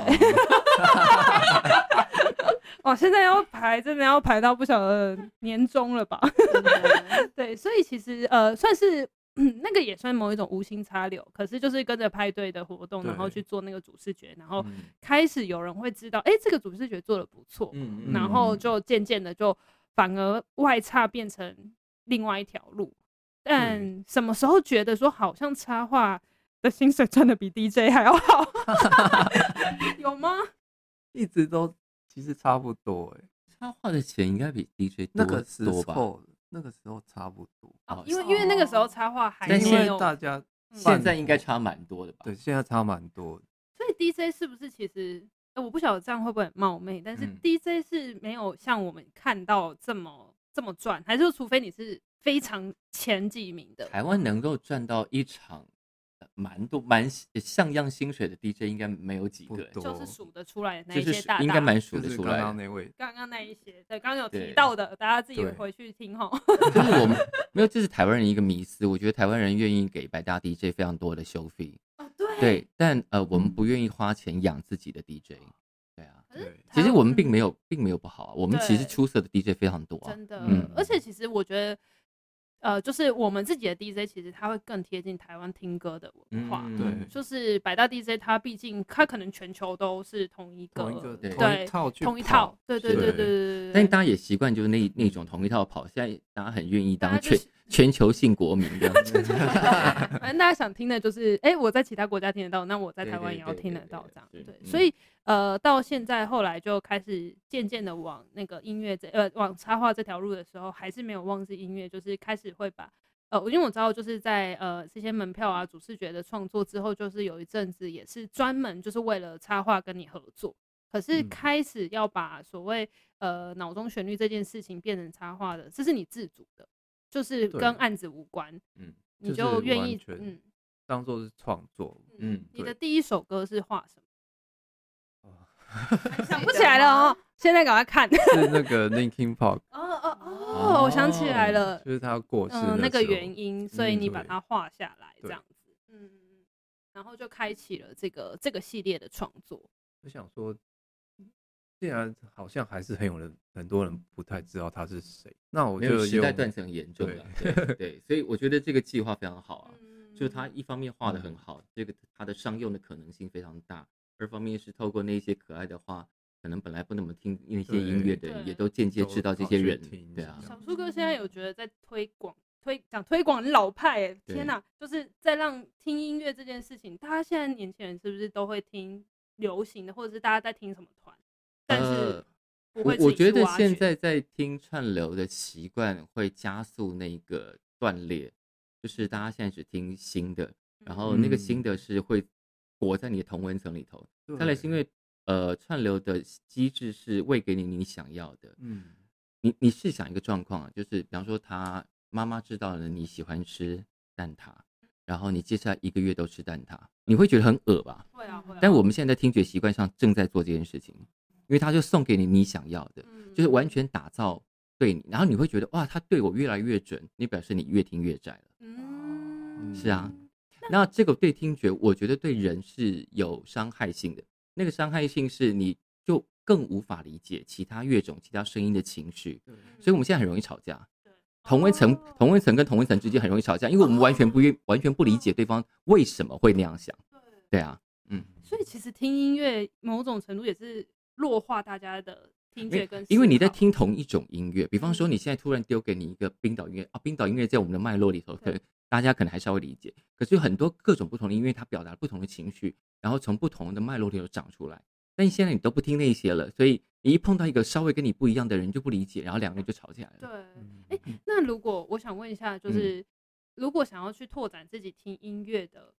S2: 哇，哦现在要排，真的要排到不晓得年终了吧？
S1: 真的
S2: 对，所以其实呃，算是。嗯那个也算某一种无心插柳，可是就是跟着派对的活动，
S4: 对
S2: 然后去做那个主视觉，然后
S3: 嗯
S2: 开始有人会知道，哎、这个主视觉做的不错，
S3: 嗯
S2: 然后
S3: 嗯
S2: 就渐渐的就反而外差变成另外一条路。但什么时候觉得说好像插画的薪水赚的比 DJ 还要好？ 有吗？
S4: 一直都其实差不多哎、
S3: 他画的钱应该比 DJ
S4: 那
S3: 多
S4: 个时
S3: 多吧？
S4: 候那个时候差不多，
S3: 哦
S2: 因为因为那个时候插画还
S3: 但
S2: 没
S4: 因
S2: 有
S4: 为，大家
S2: 嗯
S3: 现在应该差蛮多的吧？
S4: 对现在差蛮多的，
S2: 所以 DJ 是不是其实？呃我不晓得这样会不会很冒昧，但是
S3: 嗯
S2: DJ 是没有像我们看到这么这么赚，还是说除非你是非常前几名的，
S3: 台湾能够赚到一场呃蛮多蛮呃像样薪水的 DJ，应该没有几个，
S4: 不多
S2: 就是数得出来的那
S3: 就
S2: 一
S3: 是
S2: 些
S3: 数
S2: 大大，
S3: 应该蛮数
S4: 就
S3: 得
S4: 是
S3: 出
S4: 刚
S3: 来
S4: 刚
S3: 的。
S4: 那位
S2: 刚刚那一些，对，刚刚有提
S3: 对
S2: 到的，大家自己
S4: 对
S2: 回去听吼。
S3: 就是我们没有，这是台湾人一个迷思。我觉得台湾人愿意给百大 DJ 非常多的收费，
S2: 哦，对嗯
S3: 对，但呃，我们不愿意花钱养自己的 DJ。对啊，
S2: 可是
S4: 对
S2: 台
S3: 其实
S2: 湾
S3: 我们并没有并没有不好啊，我们其实
S2: 对
S3: 出色的 DJ 非常多啊。
S2: 真的，
S3: 嗯
S2: 而且其实我觉得，呃，就是我们自己的 DJ，其实他会更贴近台湾听歌的文
S3: 嗯
S2: 化。
S4: 嗯对
S2: 就是百大 DJ，他毕竟他可能全球都是同一个，
S4: 同一个
S3: 对
S4: 同一
S2: 对，
S4: 套去
S2: 同一
S4: 跑
S2: 套，对对
S3: 是
S2: 对对
S4: 的
S2: 对对对。
S3: 但大家也习惯就是那那种同一套跑，现在大家很愿意
S2: 大
S3: 当
S2: 家就
S3: 全
S2: 是
S3: 全球性国民这样 子。
S2: 反呃正大家想听的就是，哎、我在其他国家听得到，那我在台湾也要听得到，这样
S3: 对对对对对
S2: 对。
S3: 是嗯
S2: 所以呃，到现在后来就开始渐渐的往那个音乐这呃往插画这条路的时候，还是没有忘记音乐，就是开始会把呃，因为我知道就是在呃这些门票啊、主视觉的创作之后，就是有一阵子也是专门就是为了插画跟你合作。可是
S4: 嗯
S2: 开始要把所谓呃脑中旋律这件事情变成插画的，这是你自主的，就是
S4: 对
S2: 跟案子无关。
S3: 嗯
S2: 你
S4: 就是
S2: 就愿
S4: 完
S2: 意，
S4: 全
S2: 嗯
S4: 当做是创作，
S3: 嗯
S2: 你的
S4: 对
S2: 第一首歌是画什么
S4: 哦？
S2: 想不起来了哦，现在赶快看。
S4: 是那 个 Linkin Park，
S2: 哦哦哦，我想起来了，
S4: 就是他过世的时候、
S2: 嗯，那个原因，所以
S4: 嗯
S2: 你把
S4: 对
S2: 它画下来，这
S4: 对
S2: 样子，嗯嗯嗯，然后就开启了这个这个系列的创作。
S4: 我想说，既然好像还是很有人，很多人不太知道他是谁，那我
S3: 没
S4: 就
S3: 有时代
S4: 用
S3: 断层很严重了，对对，所以我觉得这个计划非常好啊，
S2: 嗯
S3: 就是它一方面画的很好，这个它的商用的可能性非常大；二方面是透过那些可爱的话，可能本来不怎么听那些音乐的
S2: 对
S3: 人，也都间接知道这些人
S4: 都跑去听，
S3: 对啊，
S2: 小树哥现在有觉得在推广推讲推广很老派、欸，天哪、就是在让听音乐这件事情，大家现在年轻人是不是都会听流行的，或者是大家在听什么团？但是
S3: 呃
S2: 不
S3: 我
S2: 会自
S3: 我
S2: 己去
S3: 觉得
S2: 挖
S3: 现
S2: 掘
S3: 在在听串流的习惯会加速那个断裂，就是大家现在只听新的，然后那个新
S4: 嗯
S3: 的是会活在你的同温层里头。
S4: 对
S3: 再来是因为呃，串流的机制是喂给你你想要的，
S4: 嗯，
S3: 你你试想一个状况啊，就是比方说他妈妈知道了你喜欢吃蛋挞，然后你接下来一个月都吃蛋挞，你会觉得很恶吧？
S2: 会啊会啊，
S3: 但我们现在在听觉习惯上正在做这件事情，因为他就送给你你想要的，
S2: 嗯
S3: 就是完全打造对你，然后你会觉得哇，他对我越来越准，你表示你越听越窄了。
S2: 嗯
S3: 是啊，那这个对听觉，我觉得对人是有伤害性的。那个伤害性是你就更无法理解其他乐种、其他声音的情绪，
S4: 对
S3: 所以我们现在很容易吵架。
S2: 对
S3: 同温层、
S2: 哦
S3: 同温层跟同温层之间很容易吵架，因为我们完全不愿、完全不理解对方为什么会那样想。对啊，嗯，
S2: 所以其实听音乐某种程度也是弱化大家的听觉跟
S3: 因为你在
S2: 思考嗯
S3: 听同一种音乐，比方说你现在突然丢给你一个冰岛音乐啊，冰岛音乐在我们的脉络里头可能大家可能还稍微理解。可是有很多各种不同的音乐，它表达不同的情绪，然后从不同的脉络里头长出来。但现在你都不听那些了，所以你一碰到一个稍微跟你不一样的人，你就不理解，然后两个人就吵起来了。
S2: 对，
S4: 嗯
S2: 哎、
S3: 嗯
S2: 那如果我想问一下，就是、如果想要去拓展自己听音乐的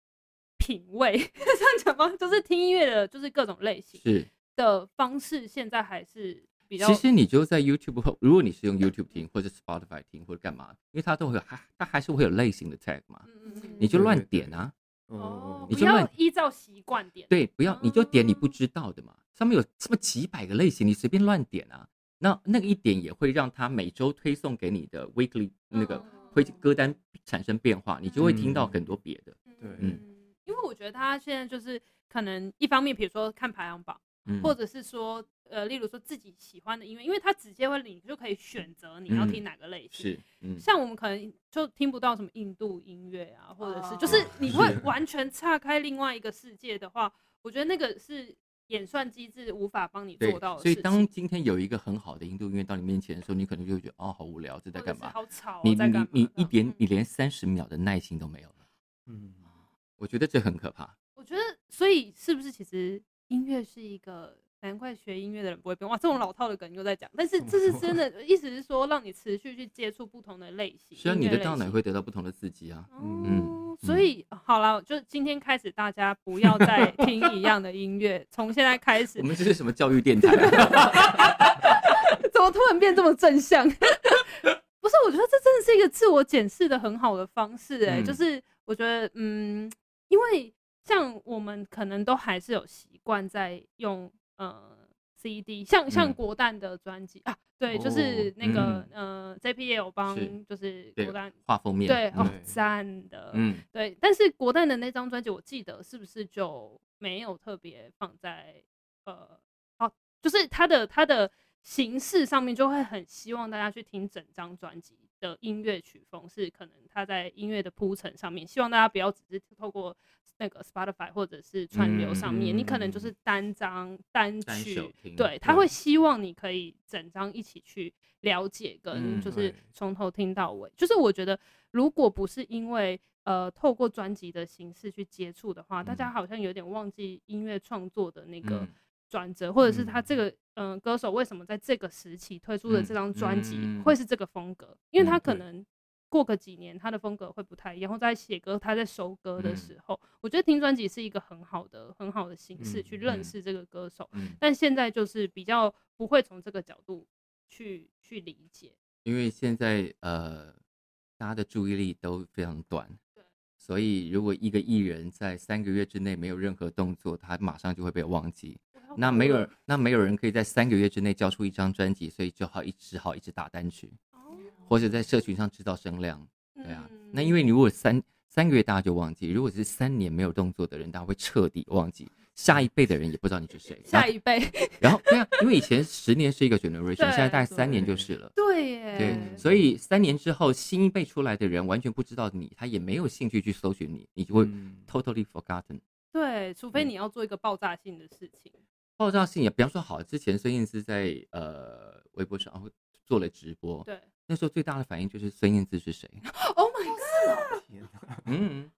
S2: 品味， 这样讲吗？就是听音乐的，就是各种类型
S3: 是，
S2: 的方式，现在还是比较
S3: 其实你就在 YouTube，后如果你是用 YouTube 听或者 Spotify 听或者干嘛，因为它都会有还它还是会有类型的 tag 嘛，
S2: 嗯嗯嗯
S3: 你就
S4: 对
S3: 乱
S4: 对对
S3: 点啊。
S4: 嗯
S2: 哦，
S3: 你
S2: 不
S3: 就
S2: 要
S3: 乱
S2: 依照习惯点，
S3: 对，不要你就点你不
S2: 哦
S3: 知道的嘛，上面有这么几百个类型，你随便乱点啊。那那个一点也会让它每周推送给你的 weekly 那个推
S2: 嗯
S3: 歌单产生变化，你就会听到很多别的。
S4: 对
S2: 嗯，因为我觉得他现在就是可能一方面，比如说看排行榜，
S3: 嗯，
S2: 或者是说呃，例如说自己喜欢的音乐，因为他直接会你就可以选择你要听哪个类型。
S3: 是嗯，
S2: 像我们可能就听不到什么印度音乐啊，或者是
S1: 哦
S2: 就是你会
S3: 是
S2: 完全岔开另外一个世界的话，我觉得那个是演算机制无法帮你
S3: 对
S2: 做到。的
S3: 所以
S2: 事情。
S3: 当今天有一个很好的印度音乐到你面前的时候，你可能就会觉得哦，好无聊，这在
S2: 或者
S3: 干
S2: 是
S3: 嘛？
S2: 好吵哦、
S3: 你
S2: 在
S3: 你
S2: 干嘛
S3: 你
S2: 这
S3: 一
S2: 样
S3: 点
S2: 嗯
S3: 你连三十秒的耐心都没有了，
S4: 嗯，嗯
S3: 我觉得这很可怕。
S2: 我觉得，所以是不是其实音乐是一个难怪学音乐的人不会变哇？这种老套的梗又在讲，但是这是真的，意思是说让你持续去接触不同的类型，
S3: 虽然你
S2: 音乐
S3: 的
S2: 类
S3: 大脑也
S2: 型
S3: 会得到不同的刺激啊。嗯
S2: 哦，所以好了，就今天开始，大家不要 再听一样的音乐，从现在开始
S3: 我。们这是什么教育电台啊？
S2: 怎么突然变这么正向？ 不是，我觉得这真的是一个自我检视的很好的方式、哎、
S3: 嗯
S2: 就是我觉得，嗯，因为像我们可能都还是有习惯在用呃 CD，像像
S3: 嗯
S2: 国蛋的专辑、啊，对，
S4: 哦
S2: 就是那个、呃 JP 也有帮
S3: 嗯是，
S2: 就是
S3: 对
S2: 国蛋。
S3: 画封面
S2: 对，哦
S3: 嗯，
S4: 对
S2: 赞的，
S3: 嗯，
S2: 对，但是国蛋的那张专辑，我记得是不是就没有特别放在呃，哦，就是它的它的形式上面，就会很希望大家去听整张专辑的音乐曲风，是可能它在音乐的铺陈上面，希望大家不要只是透过那个 Spotify 或者是串流上面，你可
S3: 嗯
S2: 能就是单张单
S3: 单
S2: 曲，
S3: 手听
S2: 对，他
S3: 对
S2: 会希望你可以整张一起去了解，跟
S3: 嗯
S2: 就是
S4: 对
S2: 从头听到尾。就是我觉得，如果不是因为呃透过专辑的形式去接触的话，大家
S3: 嗯
S2: 好像有点忘记音乐创作的那个
S3: 嗯
S2: 转折，或者是他这
S4: 嗯
S2: 个嗯、呃歌手为什么在这个时期推出的这
S3: 嗯
S2: 张专辑
S3: 嗯
S2: 会是这个风格，因为他
S3: 嗯
S2: 可
S4: 对
S2: 能。过个几年，他的风格会不太一样。然后在写歌，他在收歌的
S3: 嗯
S2: 时候，我觉得听专辑是一个很好的、很好的形式去
S4: 嗯
S2: 认
S3: 嗯
S2: 识这个歌手。
S3: 嗯，
S2: 但现在就是比较不会从这个角度去去理解。
S3: 因为现在呃，大家的注意力都非常短
S2: 对，
S3: 所以如果一个艺人在三个月之内没有任何动作，他马上就会被忘记。
S2: 哦
S3: 那没有，那没有人可以在三个月之内交出一张专辑，所以就好一只好一直打单曲，
S2: 哦
S3: 或者在社群上制造声量。对啊，那因
S2: 为
S3: 为你如果三三个月大家就忘记，如果是三年没有动作的人，大家会彻底忘记。下一辈的人也不知道你是谁，然
S2: 下
S3: 后
S2: 一辈，
S3: 然后对啊，因为以前十年是一个 generation，
S2: 对
S3: 现在大概三年就
S4: 对
S3: 是了。
S2: 对耶，
S3: 对，
S4: 嗯
S3: 所以三年之后，新一辈出来的人完全不知道你，他也没有兴趣去搜寻你，你就会
S4: 嗯
S3: totally forgotten。
S2: 对，除非
S3: 嗯
S2: 你要做一个爆炸性的事情，
S3: 爆炸性也，比方说，好，之前孙燕姿在呃微博上哦做了直播，
S2: 对
S3: 那时候最大的反应就是孙燕姿是谁？
S2: ，Oh my god，
S4: 天哪
S3: 嗯，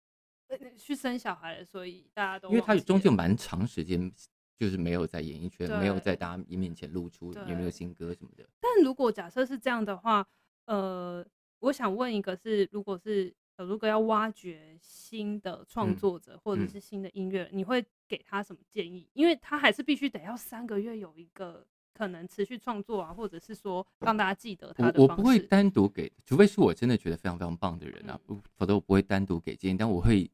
S2: 呃去生小孩了，所以大家都
S3: 因为她
S2: 忘记
S3: 终究
S2: 了
S3: 蛮长时间就是没有在演艺圈，没有
S2: 对
S3: 在大家面前露出，也没有
S2: 对
S3: 新歌什么的。
S2: 但如果假设是这样的话，呃，我想问一个是，如果是小如果要挖掘新的创
S3: 嗯
S2: 作者、或者
S3: 嗯
S2: 是新的音乐人，你会给他什么建议？因为他还是必须得要三个月有一个可能持续创作啊，或者是说让大家记得他的
S3: 我我
S2: 方
S3: 不会
S2: 式嗯
S3: 单独给，除非是我真的觉得非常非常棒的人啊，不，否则我不会单独给建议。但我会，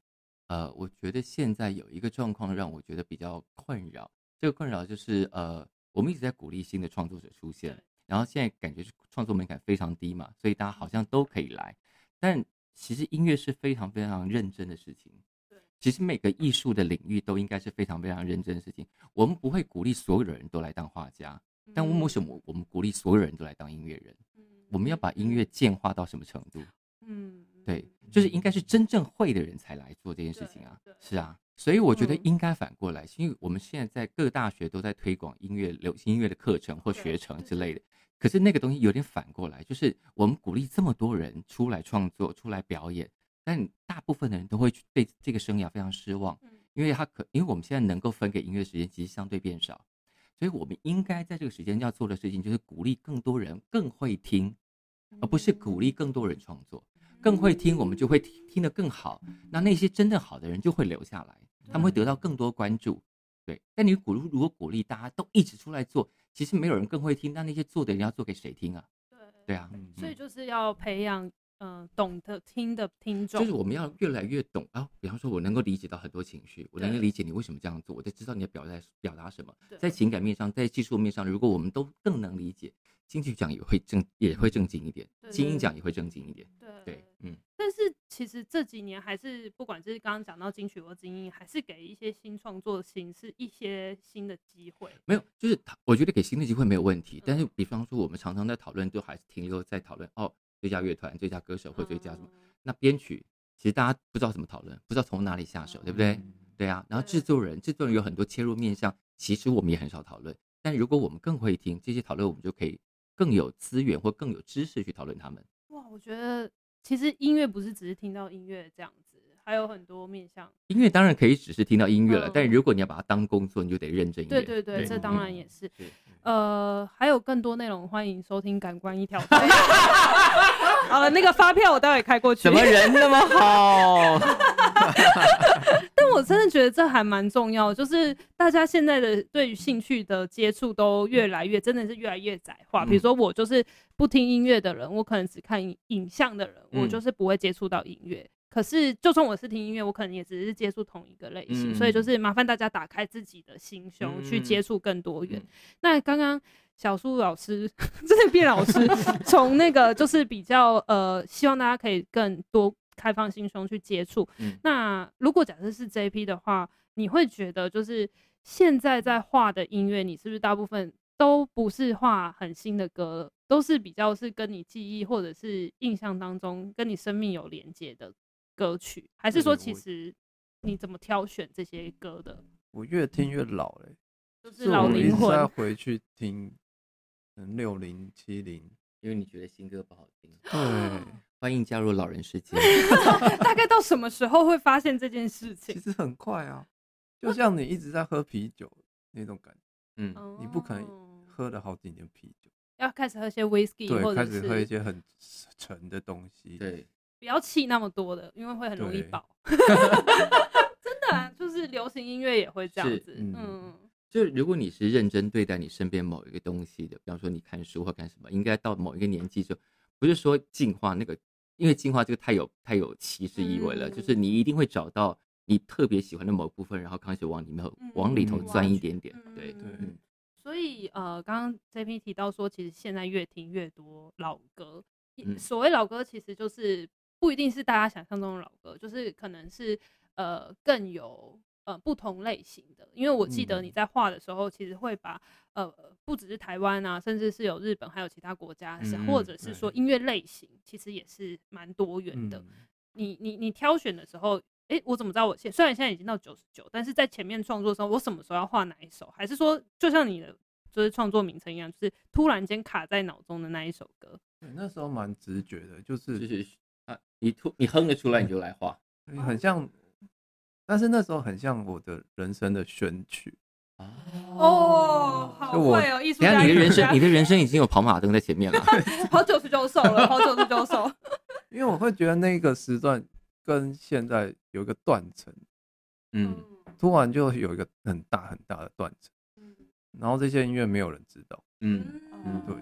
S3: 呃，我觉得现在有一个状况让我觉得比较困扰，这个困扰就是呃，我们一直在鼓励新的创作者出现
S2: 对，
S3: 然后现在感觉是创作门槛非常低嘛，所以大家好像都可以来，但其实音乐是非常非常认真的事情
S2: 对。
S3: 其实每个艺术的领域都应该是非常非常认真的事情。我们不会鼓励所有的人都来当画家，但
S2: 嗯
S3: 为什么我们鼓励所有人都来当音乐人？
S2: 嗯
S3: 我们要把音乐简化到什么程度？
S2: 嗯
S3: 对，就是应该是真正会的人才来做这件事情啊
S2: 对对。
S3: 是啊，所以我觉得
S2: 嗯
S3: 应该反过来，因为我们现在在各大学都在推广音乐、流行音乐的课程或
S2: 对
S3: 学程
S2: 对
S3: 之类
S2: 对
S3: 的。可是那个东西有点反过来，就是我们鼓励这么多人出来创作、出来表演，但大部分的人都会去对这个生涯非常失望，
S2: 嗯
S3: 因为他可因为我们现在能够分给音乐时间其实相对变少，所以我们应该在这个时间要做的事情就是鼓励更多人更会听，而不是鼓
S2: 嗯
S3: 励更多人创作。更会听，我们就会听听得更好。那那些真的好的人就会留下来，他
S2: 嗯
S3: 们会得到更多关注。对，但你鼓励如果鼓励大家都一直出来做，其实没有人更会听，那那些做的人要做给谁听啊？对啊，
S4: 嗯
S2: 所以就是要培养嗯、呃懂得听的听众，
S3: 就是我们要越来越懂啊。比方说，我能够理解到很多情绪，我能够
S2: 对
S3: 理解你为什么这样做，我就知道你要表达表达什么。
S2: 对
S3: 在情感面上，在技术面上，如果我们都更能理解，金曲奖也会正也会正经一点，
S2: 对
S3: 金鹰奖也会正经一点。
S2: 对
S3: 对，嗯，
S2: 但是其实这几年还是不管是刚刚讲到金曲或精英，还是给一些新创作形式一些新的机会。
S3: 没有，就是他，我觉得给新的机会没有问题。
S2: 嗯
S3: 但是，比方说，我们常常在讨论，都还是停留在讨论哦，最佳乐团、最佳歌手或最佳什么。
S2: 嗯
S3: 那编曲其实大家不知道怎么讨论，不知道从哪里下手，对不对？对啊，然后
S2: 嗯
S3: 制
S2: 对
S3: 作人，制作人有很多切入面向，其实我们也很少讨论。但如果我们更会听这些讨论，我们就可以更有资源或更有知识去讨论他们。
S2: 哇，我觉得其实音乐不是只是听到音乐这样子，还有很多面向。
S3: 音乐当然可以只是听到音乐了，
S2: 嗯
S3: 但如果你要把它当工作，你就得认真一
S2: 对
S3: 点。
S2: 对对，
S3: 对
S2: 这当然也是。
S3: 是
S2: 呃，还有更多内容，欢迎收听《感官一条通》。 好了，那个发票我待会开过去。
S3: 什么人那么好？
S2: 但我
S3: 嗯
S2: 真的觉得这还蛮重要，就是大家现在的对于兴趣的接触都越来越，真的是越来越窄化。
S3: 嗯
S2: 比如说我就是不听音乐的人，我可能只看影影像的人，
S3: 嗯
S2: 我就是不会接触到音乐。可是就算我是听音乐，我可能也只是接触同一个类型，
S3: 嗯
S2: 所以就是麻烦大家打开自己的心胸，
S3: 嗯
S2: 去接触更多元。
S3: 嗯
S2: 那刚刚小苏老师， 真的变老师，从那个就是比较呃，希望大家可以更多开放心胸去接触。
S3: 嗯
S2: 那如果假设是 JP 的话，你会觉得就是现在在画的音乐，你是不是大部分都不是画很新的歌了，都是比较是跟你记忆或者是印象当中跟你生命有连接的歌曲，还是说
S4: 对
S2: 其
S4: 我
S2: 实你怎么挑选这些歌的？
S4: 我越听越老嘞、
S2: 就是
S4: 是
S2: 老
S4: 我一
S2: 灵
S4: 直在
S2: 魂，
S4: 回去听，嗯，六零七 零，
S3: 因为你觉得新歌不好听，
S4: 对，
S3: 欢迎加入老人世界。
S2: 大概到什么时候会发现这件事
S4: 其
S2: 情？
S4: 实很快啊，就像你一直在喝啤酒那种感觉，
S3: 嗯，
S4: 你不可以
S2: 哦
S4: 喝了好几年啤酒，
S2: 要开始喝一些 whisky，或者
S4: 对，开始喝一
S2: 是
S4: 些很沉的东西，，
S3: 对，
S2: 不要气那么多的，因为会很容易
S4: 对
S2: 饱。真的、啊，就是流行音乐也会这样
S3: 是
S2: 子，
S4: 嗯
S2: 嗯，
S3: 就是如果你是认真对待你身边某一个东西的，比方说你看书或干什么，应该到某一个年纪就不是说进化那个，因为进化这个太有太有歧视意味了，
S2: 嗯
S3: 就是你一定会找到你特别喜欢的某部分，然后开始往里面
S2: 嗯
S3: 往里头钻一点点，
S2: 嗯
S3: 对，
S4: 对
S3: 嗯
S2: 所以呃，刚刚 JP 提到说，其实现在越听越多老歌。
S3: 嗯
S2: 所谓老歌，其实就是不一定是大家想象中的老歌，就是可能是呃更有呃不同类型的。因为我记得
S4: 嗯
S2: 你在画的时候，其实会把呃不只是台湾啊，甚至是有日本，还有其他国家，是
S3: 嗯
S2: 或者是说
S4: 对
S2: 音乐类型，其实也是蛮多元的。
S4: 嗯
S2: 你你你挑选的时候，诶，我怎么知道我现虽然现在已经到九十九，但是在前面创作的时候，我什么时候要画哪一首？还是说，就像你的就是创作名称一样，就是突然间卡在脑中的那一首歌？
S4: 对，那时候蛮直觉的，就是
S3: 就是啊，你突你哼得出来你就来画
S4: 很像，但是那时候很像我的人生的选曲，
S3: 啊。
S2: 哦，好
S4: 就我
S2: 会哦，艺术
S3: 等一
S2: 家，
S3: 下，你的人
S2: 艺术家
S3: 生，你的人生已经有跑马灯在前面了。
S2: 跑九十九首了，跑九十九首，
S4: 因为我会觉得那个时段跟现在有一个断层，
S3: 嗯，
S4: 突然就有一个很大很大的断层，然后这些音乐没有人知道，
S3: 嗯
S2: 嗯
S4: 对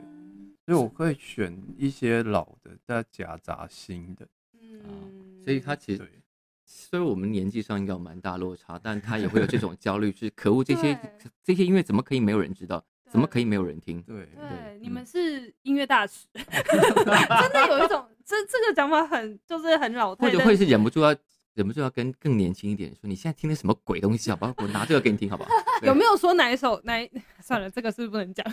S4: 所以我会选一些老的再夹杂新的，
S2: 嗯
S3: 所以他其实
S4: 对，
S3: 虽然我们年纪上应该有蛮大落差，但他也会有这种焦虑，就是可恶这些
S2: 对
S3: 这些音乐怎么可以没有人知道，怎么可以没有人听？
S4: 对，
S2: 对，
S3: 对
S2: 你
S3: 嗯
S2: 们是音乐大 使，真的有一种这这个讲法很就是很老
S3: 或
S2: 态，
S3: 者
S2: 但
S3: 会是忍不住要忍不住要跟更年轻一点人说，你现在听的什么鬼东西，好不好？我拿这个给你听，好不好？对
S2: 有没有说哪一首哪一？ 算了，这个是不是不能讲？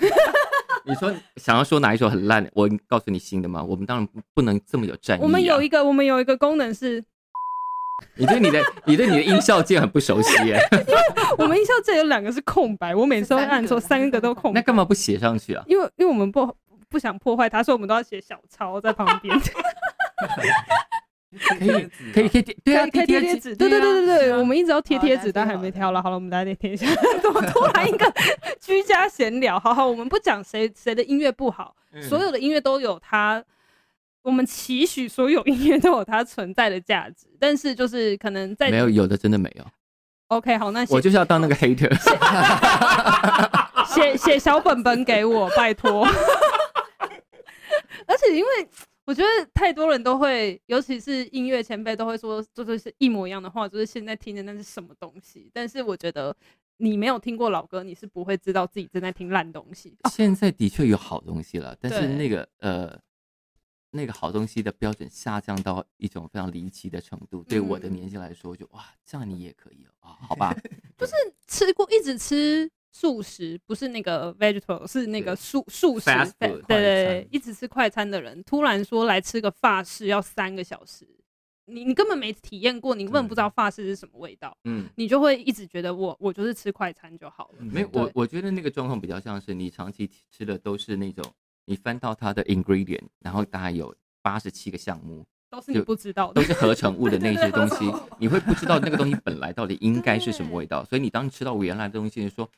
S3: 你说想要说哪一首很烂，我告诉你新的嘛，我们当然不不能这么有战意、啊。
S2: 我们有一，个，我们有一个功能是，
S3: 你对你的你对你的音效键很不熟悉 耶，
S2: 我们音效键有两个是空白，我每次都会按错，
S1: 是三个
S2: 三个都空
S3: 那
S2: 白。
S3: 干嘛不写上去啊？
S2: 因为因为我们不不想破坏它，所以我们都要写小抄在旁边。
S3: 可以可以可以贴，对啊，
S2: 可以可以贴贴纸，对对对对对，我们一直要贴贴纸，但还没挑
S1: 好
S2: 了。好了，我们大家贴一下。怎么突然一个 居家闲聊？好好，我们不讲谁谁的音乐不好，
S1: 嗯
S2: 所有的音乐都有它，我们期许所有音乐都有它存在的价值。但是就是可能在
S3: 没有有的真的没有，
S2: OK 好，那
S3: 我
S2: 写
S3: 就是要当那个 hater。
S2: 写写小本本给 我，拜托。而且因为我觉得太多人都会，尤其是音乐前辈都会说，就是是一模一样的话，就是现在听的那是什么东西。但是我觉得你没有听过老歌，你是不会知道自己正在听烂东西。哦
S3: 现在的确有好东西了，但是
S2: 对
S3: 那个呃，那个好东西的标准下降到一种非常离奇的程度。对我的
S2: 嗯
S3: 年纪来说就，哇，这样你也可以哦啊，好 吧？就是
S2: 吃过一直吃素食，不是那个 vegetable，是那个
S3: 对
S2: 素素食。
S3: Fast
S2: 对对
S3: food，
S4: 快餐
S2: 对，一直吃快餐的人，突然说来吃个法式要三个小时，你你根本没体验过，你根本不知道法式是什么味道。
S3: 嗯，
S2: 你就会一直觉得我我就是吃快餐就好
S4: 嗯
S2: 了。
S3: 没有，我
S2: 对
S3: 我觉得那个状况比较像是你长期吃的都是那种你翻到它的 ingredient，然后大概有八十七个项目
S2: 都是你
S3: 就
S2: 不知道
S3: 都
S2: 的。
S3: 是合成物的那些
S2: 对对
S3: 东
S2: 对
S3: 西
S1: 合成物，
S3: 你会不知道那个 东西本来到底应该是什么味道，所以你当你吃到原来的东西，你说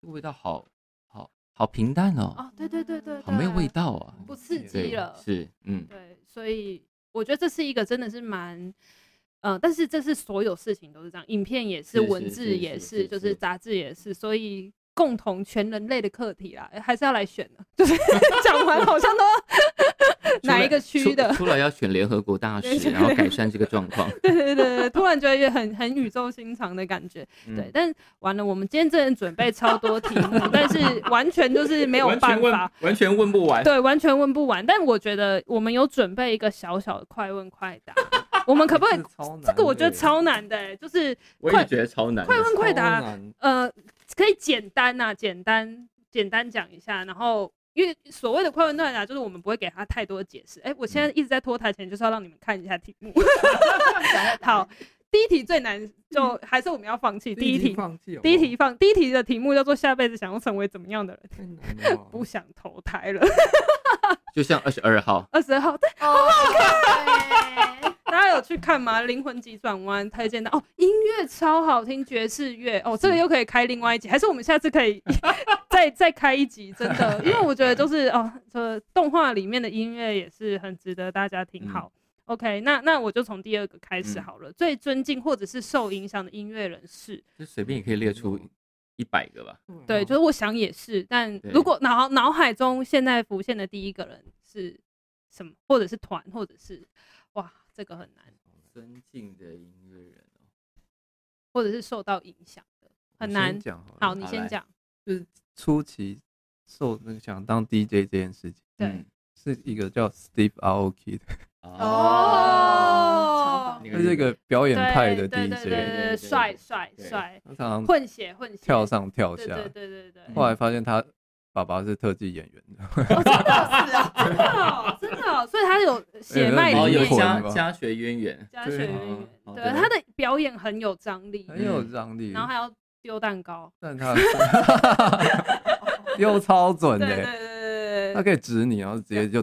S3: 这个味道好好好平淡哦，
S2: 哦，对对对对，
S3: 好没有
S2: 对
S3: 味，道啊，
S2: 不刺
S3: 对
S2: 激了。
S3: 是嗯。
S2: 对，所以我觉得这是一个真的是蛮。呃，但是这是所有事情都是这样，影片也是，
S3: 是是
S2: 文字
S3: 是
S2: 也
S3: 是
S2: 是，
S3: 是
S2: 就是
S3: 是
S2: 杂志也是，所以共同全人类的课题啦，还是要来选的。 就是讲完好像都哪一个区的，
S3: 出来要选联合国大
S2: 对
S3: 使，
S2: 选
S3: 然后改善这个状况。
S2: 对对对对，突然觉得也很很宇宙心肠的感觉。
S3: 嗯
S2: 对，但完了，我们今天真的准备超多题目，但是完全就是没有办法，，
S3: 完全问不完。
S2: 对，完全问不完。但我觉得我们有准备一个小小的快问快答，我们可 不可以？这个我觉得超难的、欸就是
S3: 我也觉得超难的。
S2: 快问快答，
S4: 难。
S2: 呃，可以简单呐、简单简单讲一下，然后。因为所谓的快问快答，就是我们不会给他太多的解释。哎、我
S3: 嗯
S2: 现在一直在拖台前，就是要让你们看一下题目。 好，
S3: 嗯
S2: 第一题最难，就还是我们要放弃。第一题，
S4: 放弃好不好，
S2: 第一题放第一题的题目叫做“下辈子想要成为怎么样的人
S4: 太难 了吧”，
S2: 不想投胎了。
S3: 就像二十二号，
S2: 二十号，对，
S1: 哦，对，
S2: 大家有去看吗？《灵魂急转弯》推荐的哦，音乐超好听，爵士乐哦，这个又可以开另外一集，还是我们下次可以 再再开一集？真的，因为我觉得就是哦，这动画里面的音乐也是很值得大家听好。OK，那那我就从第二个开始
S3: 嗯
S2: 好了。最尊敬或者是受影响的音乐人是，
S3: 就随便也可以列出一百个吧。
S2: 嗯对，就是我想也是，但
S3: 对
S2: 如果脑脑海中现在浮现的第一个人是什么，或者是团，或者是哇，这个很难，
S3: 尊敬的音乐人哦，
S2: 或者是受到影响的，
S4: 我
S2: 很
S4: 先
S2: 难。
S4: 讲好了
S2: 好，你
S3: 好
S2: 先
S3: 来
S2: 讲。
S4: 初期受那个想当 DJ 这件事情，
S2: 对
S3: 嗯
S4: 是一个叫 Steve Aoki 的，
S1: 哦
S2: 哦
S3: 那
S4: 他是一个表演派的 DJ，
S2: 对对，帅帅帅，
S4: 他常常
S2: 混血混血，
S4: 跳上跳
S2: 对
S4: 下。
S2: 对对对对，
S4: 后来发现他爸爸是特技演员的，
S2: 真的哦真的哦，所以他有血脉
S3: 哦，
S2: 里
S3: 有
S4: 灵
S2: 面
S4: 魂
S3: 家
S4: 吧
S3: 家学渊源，
S2: 加血缘
S3: 哦
S2: 缘，
S3: 哦
S2: 对
S3: 对
S2: 他的表演很有张力，
S4: 很有张力。
S2: 然后还要丢蛋糕，
S4: 但他 又超准
S2: 对对对
S4: 的，欸
S2: 对对
S4: 他
S2: 对。
S4: 可以指你，然后直接就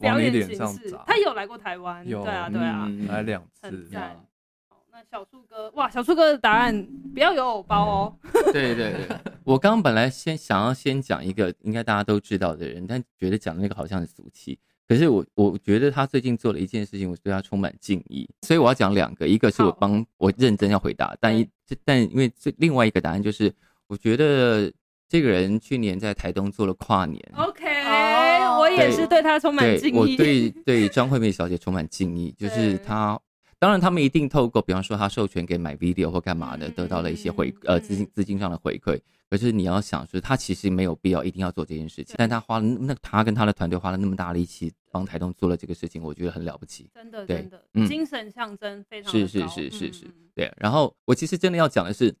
S2: 表
S4: 往你
S2: 演
S4: 脸
S2: 形
S4: 上
S2: 式
S4: 砸。
S2: 他有来过台湾，
S4: 有
S2: 对啊，对啊。
S3: 嗯
S4: 来两次
S2: 很，赞
S3: 嗯
S2: 好那小树哥， 哇，小树哥的答案不要有偶包哦。
S3: 对对对，我刚本来先想要先讲一个应该大家都知道的人，但觉得讲的那个好像很俗气。可是我我觉得他最近做了一件事情，我对他充满敬意，所以我要讲两个，一个是我
S2: 好
S3: 帮我认真要回答，但一但因为这另外一个答案就是，我觉得这个人去年在台东做了跨年，
S2: 哦 OK，
S1: 哦
S2: 我也是对他充满
S3: 嗯对
S2: 敬
S3: 我
S2: 意。
S3: 对对张惠妹小姐充满敬意， 就是
S2: 对
S3: 她，当然他们一定透过，比方说她授权给买 video 或干嘛的，
S2: 嗯
S3: 得到了一些回
S2: 嗯
S3: 呃
S2: 嗯
S3: 资金资金上的回馈。可是你要想是，她其实没有必要一定要做这件事情
S2: 对，
S3: 但她花了那她跟她的团队花了那么大力气帮台东做了这个事情，我觉得很了不起。
S2: 真的
S3: 对
S2: 真的，
S3: 嗯
S2: 精神象征非常的
S3: 是是
S2: 高
S3: 是是是
S2: 嗯嗯
S3: 对，然后我其实真的要讲的是，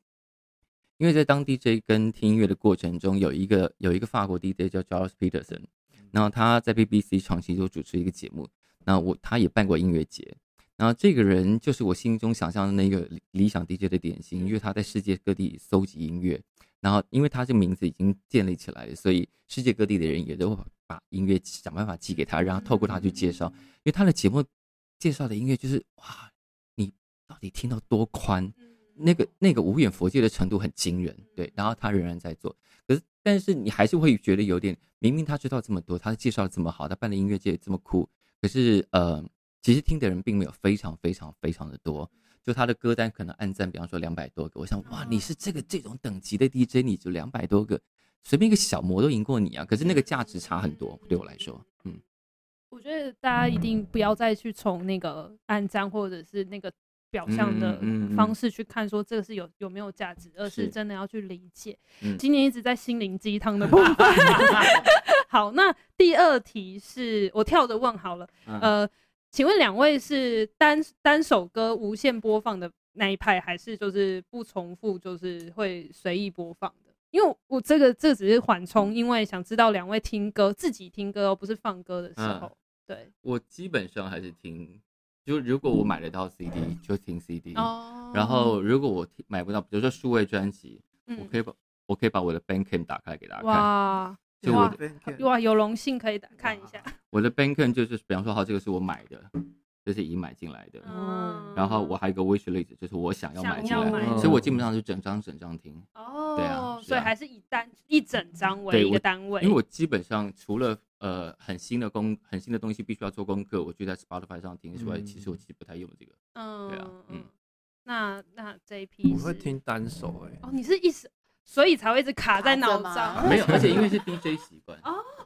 S3: 因为在当 DJ 跟听音乐的过程中，有一个有一个法国 DJ 叫 Charles Peterson，然后他在 BBC 长期就主持一个节目，那我他也办过音乐节，然后这个人就是我心中想象的那个理理想 DJ 的典型，因为他在世界各地搜集音乐，然后因为他这个名字已经建立起来了，所以世界各地的人也都把音乐想办法寄给他，然后透过他去介绍，因为他的节目介绍的音乐就是哇，到底听到多宽？那个那个无远佛界的程度很惊人，对。然后他仍然在做，可是但是你还是会觉得有点，明明他知道这么多，他介绍得这么好，他办的音乐界这么酷，可是呃，其实听的人并没有非常非常非常的多。就他的歌单可能按赞，比方说两百多个，我想哇，你是这个这种等级的 DJ，你就两百多个，随便一个小模都赢过你啊。可是那个价值差很多，对我来说，嗯，
S2: 我觉得大家一定不要再去从那个按赞或者是那个表象的
S3: 嗯嗯嗯嗯
S2: 方式去看，说这个是有有没有价值，而是
S3: 是
S2: 真的要去理解。
S3: 嗯
S2: 今年一直在心灵鸡汤的部分。 好，那第二题是我跳着问好了，
S3: 呃，
S2: 呃，请问两位是单单首歌无限播放的那一派，还是就是不重复，就是会随意播放的？因为我这个这只是缓冲，因为想知道两位听歌自己听歌哦，不是放歌的时
S3: 嗯
S2: 候。对，
S3: 我基本上还是听，就如果我买得到 CD 就听 CD，
S2: 哦嗯
S3: 嗯然后如果我听买不到，比如说数位专辑，我可以把我可以把我的 Bandcamp 打开给大家看，
S2: 哇
S3: 就我
S2: 哇
S3: 的
S2: 哇，有荣幸可以打看一下，
S3: 我的 Bandcamp 就是，比方说好，这个是我买的，这是已买进来的，
S2: 嗯，
S3: 然后我还有一个 wish list，就是我想要买
S2: 想
S3: 进
S2: 要买
S3: 来，
S4: 的
S3: 所以我基本上是整张整张听，
S2: 哦，
S3: 对啊是
S2: 所以
S3: 啊
S2: 还是以单一整张为
S3: 对
S2: 一个
S3: 我
S2: 单位，
S3: 因为我基本上除了呃很新的功很新的东西必须要做功课，我就在 Spotify 上听之外，
S4: 嗯
S3: 其实我其实不太用这个，
S2: 嗯
S3: 对啊嗯
S2: 那那这一批
S4: 我会
S2: 是
S4: 听单首哎、
S2: 哦，你是一时，所以才会一直卡在
S1: 卡着
S2: 脑
S1: 吗
S2: 中。
S3: 没有，而且因为是 DJ 习惯，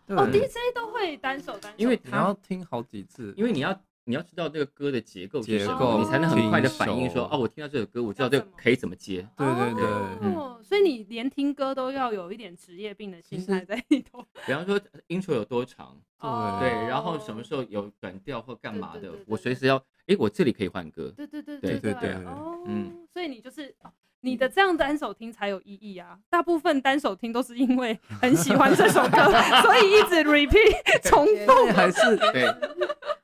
S4: 对
S2: 哦，DJ 都会单手单手，
S3: 因为
S4: 你
S3: 他
S2: 啊
S4: 要听好几次，
S3: 因为你要你要知道这个歌的结构是什
S2: 结构
S3: 么，你才能很快的反应
S4: 听
S3: 说
S4: 手
S3: 哦，我听到这首歌，我知道这个可以怎么接，
S4: 对对对，
S2: 哦，
S3: 嗯
S2: 所以你连听歌都要有一点职业病的心态在里头。
S3: 比方说 intro 有多长，
S2: 哦
S3: 对，然后什么时候有转调或干嘛
S2: 对对
S3: 的
S2: 对对，
S3: 我随时要，诶，我这里可以换歌，
S2: 对对对
S3: 对
S2: 对
S4: 对对对
S2: 哦，
S3: 嗯
S2: 所以你就是。哦你的这样单手听才有意义啊！大部分单手听都是因为很喜欢这首歌， 所以一直 repeat 重复。
S4: 对 还是
S3: 对，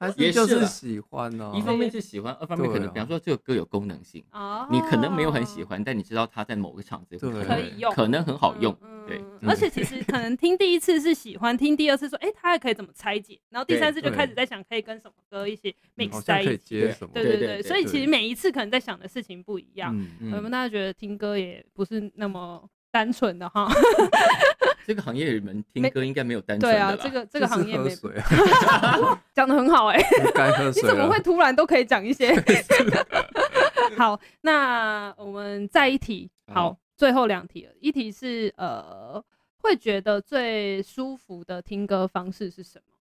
S4: 还
S3: 也是
S4: 是就是
S3: 啦
S4: 喜欢呢、
S3: 一方面是喜欢，二方面可
S4: 对
S3: 能，
S4: 啊
S3: 比方说这个歌有功能性，
S2: 哦
S3: 你可能没有很喜欢，但你知道它在某个场子
S4: 对
S2: 可以用，
S3: 可能很好用，
S2: 嗯
S3: 对
S2: 嗯而且其实可能听第一次是喜欢，听第二次说，哎，它还可以怎么拆解，然后第三次就
S4: 对
S2: 开始在想可以跟什么歌一起
S4: 嗯好
S2: mix 在
S4: 像可
S2: 一
S4: 以
S2: 起。
S4: 接什么，
S2: 对
S3: 对
S2: 对
S3: 对
S2: 对，
S3: 对
S2: 所以其
S4: 对
S2: 实每一次可能在想的事情不一样。
S3: 嗯，
S2: 我们大家觉得听歌也不是那么单纯的哈。
S3: 这个行业里面听歌应该没有单纯
S2: 对
S3: 的
S2: 啊，
S3: 啦，
S2: 这个这个
S4: 就是
S2: 行业
S4: 喝
S2: 没
S4: 水啊，
S2: 讲的很好哎、
S4: 该喝
S2: 你
S4: 水了。啊
S2: 怎
S3: 啊
S2: 么会突然都可以讲一 些？ 好，那我们再一题，好，
S3: 好
S2: 最后两题了。一题是呃，会觉得最舒服的听歌方式是什么？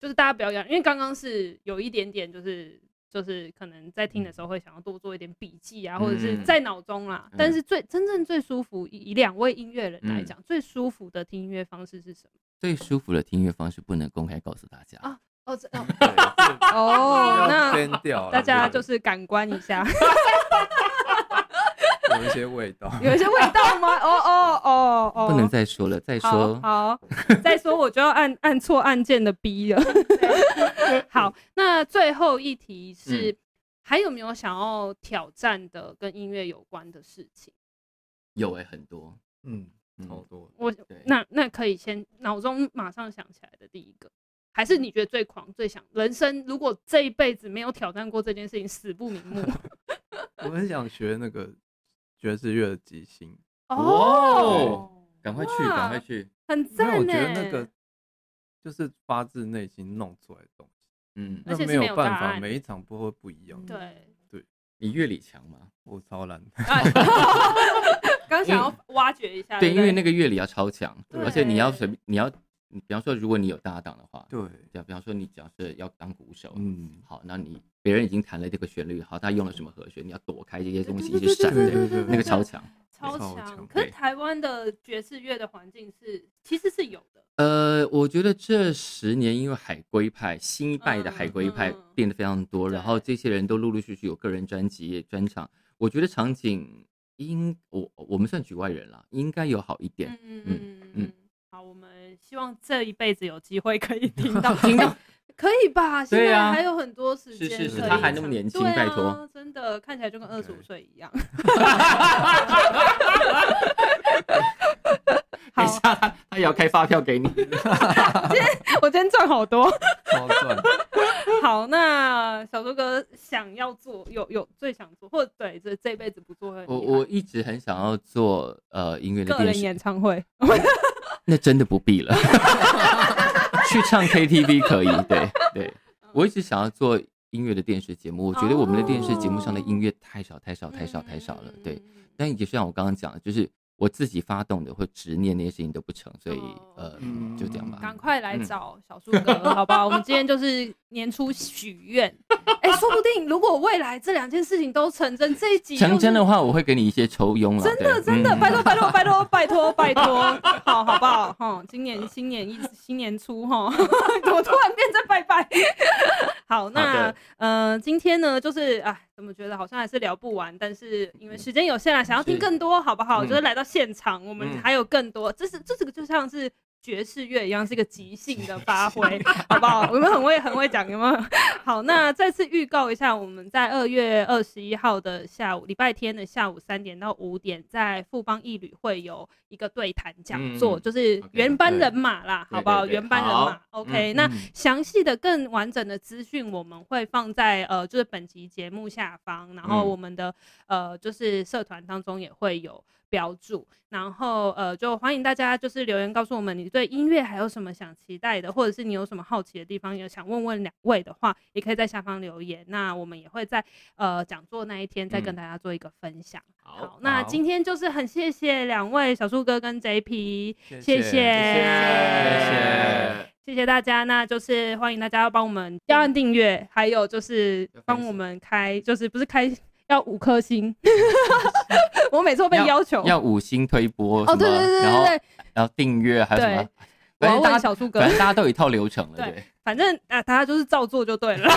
S2: 就是大家不要讲，因为刚刚是有一点点，就是就是可能在听的时候会想要多做一点笔记啊，或者是
S3: 嗯
S2: 在脑中啦。
S3: 嗯
S2: 但是最真正最舒服，以以两位音乐人来
S3: 嗯
S2: 讲，最舒服的听音乐方式是什么？
S3: 最舒服的听乐方式不能公开告诉大家，
S2: 啊哦，这哦
S4: 对这
S2: 哦，
S4: 要
S2: 那
S4: 偏掉了，
S2: 大家就是是感官一下。
S4: 有一些味道。
S2: 有一些味道 吗？哦哦哦哦，
S3: 不能再说了，再
S2: 好
S3: 说
S2: 好，再说我就要按按错按键的 B 了。 好，那最后一题是、
S4: 嗯
S2: 还有没有想要挑战的跟音乐有关的事情？
S3: 有诶，很多，
S4: 嗯，
S3: 嗯
S4: 好多。
S2: 我
S3: 对
S2: 那那可以先脑中马上想起来的第一个。还是你觉得最狂、最想人生？如果这一辈子没有挑战过这件事情，死不瞑目。
S4: 我很想学那个爵士乐的即兴，
S2: 哦，
S3: 赶快去，
S2: 哇
S3: 赶快去，
S2: 很
S4: 因为
S2: 赞欸
S4: 我
S2: 呢。
S4: 觉得那个就是发自内心弄出来的东西，
S3: 嗯，
S2: 而且
S4: 那
S2: 是
S4: 没
S2: 没有
S4: 有办
S2: 答
S4: 法，
S2: 案嗯
S4: 每一场播会不一样。
S2: 对，
S3: 你乐理强吗？
S4: 我超懒，
S2: 哎 刚想要挖掘一下，
S3: 对，
S2: 不
S3: 因为那个乐理要超强，
S2: 对
S3: 而且你要随便你要，你比方说如果你有搭档的话，
S4: 对，
S3: 对啊，比方说你假设要当鼓手，
S4: 嗯，
S3: 好，那你别人已经弹了这个旋律，好，他用了什么和弦，你要躲开这些东西
S2: 对
S3: 去
S2: 对对
S3: 闪，
S2: 对
S4: 对对
S3: 那个超强。
S2: 超
S4: 超
S2: 强。
S4: 强
S2: 可是
S3: 对
S2: 台湾的爵士乐的环境是其实是有的，
S3: 呃，我觉得这十年因为海归派新一代的海归派
S2: 嗯嗯
S3: 变得非常多，
S2: 对
S3: 然后这些人都陆陆续续有个人专辑、专场，我觉得场景应我我们算局外人了，应该有好一点。
S2: 嗯嗯
S3: 嗯
S2: 嗯嗯
S3: 嗯。
S2: 好，我们希望这一辈子有机会可以听到，
S3: 听到
S2: 哎可以吧？现
S3: 对
S2: 在
S3: 啊
S2: 还有很多时间可以
S3: 是
S4: 是
S2: 唱，
S4: 他还那
S3: 么年轻
S2: 对啊
S3: 拜托，
S2: 真的看起来就跟二十五
S4: OK
S2: 岁一样。好
S3: 等一，下他他也要开发票给你。
S2: 我今天赚好多。
S4: 超赚。
S2: 好，那小猪哥想要做，有有最想做，或者对这这辈子不做会很
S3: 我
S2: 遗憾
S3: 我一直很想要做呃音乐的
S2: 个
S3: 电
S2: 人
S3: 视，
S2: 演唱会，
S3: 那真的不 必了，去唱 KTV 可以。对对，我一直想要做音乐的电视节目，我觉得我们的电视节目上的音乐太少太少太少太少了。对，
S2: 嗯，
S3: 但也是像我刚刚讲的，就是我自己发动的或执念那些事情都不成，所以
S2: 哦
S3: 呃
S4: 嗯
S3: 就这样吧。
S2: 赶快来找小树哥，好不好？我们今天就是年初许愿，哎、说不定如果未来这两件事情都成真，这一集
S3: 成真的
S2: 话，
S3: 话，我会给你一些抽佣了。
S2: 真的
S3: 对
S2: 真的，
S3: 嗯
S2: 拜托拜托拜 托拜托拜托，好好不好？哈，今年新年一新年初哈， 怎么突然变成拜拜？好，
S3: 好
S2: 那
S3: 的
S2: 呃，今天呢，就是啊，怎么觉得好像还是聊不完，但是因为时间有限啊，想要听
S3: 是
S2: 更多，好不好？
S3: 嗯
S2: 就是来到现场，我们
S3: 嗯
S2: 还有更多，这是这这个就像是。爵士乐一样是一个即兴的发 挥，好不好？我们很会很会讲，有没有？ 好，那再次预告一下，我们在二月二十一号的下午，礼拜天的下午三点到五点，在富邦义旅会有一个对谈讲座，
S3: 嗯
S2: 就是
S3: ，OK，
S2: 原班
S3: 对
S2: 人马啦，好不好？
S3: 对对对
S2: 原班人马
S3: 好
S2: ，OK、
S3: 嗯
S2: 那
S3: 嗯
S2: 详细的、更完整的资讯，我们会放在呃，就是本集节目下方，然后
S3: 嗯
S2: 我们的、呃，就是社团当中也会有标注，然后呃，就欢迎大家就是留言告诉我们，你对音乐还有什么想期待的，或者是你有什么好奇的地方，也想问问两位的话，也可以在下方留言。那我们也会在呃讲座那一天再跟
S3: 嗯
S2: 大家做一个分享。
S3: 好，
S2: 那
S4: 好
S2: 今天就是很谢谢两位小树哥跟 JP，
S4: 谢
S2: 谢谢
S4: 谢
S3: 谢
S2: 谢谢谢大家，那就是欢迎大家帮我们要按订阅，还有就是
S3: 要分享
S2: 帮我们开，就是不是开要五颗 星，我每次都被要求
S3: 要五星推播
S2: 哦哦，对对
S3: 什么
S2: 对
S3: 然后
S2: 对对，
S3: 然后订阅还有什么
S2: 对？我
S3: 反
S2: 要
S3: 正大
S2: 问
S3: 家
S2: 小树哥
S3: 反，正大家都有一套流程了，
S2: 对
S3: 对。
S2: 反正啊、大家就是 照做就对了。好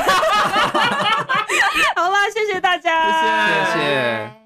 S2: 啦，谢谢大家，
S4: 谢谢
S1: 谢谢。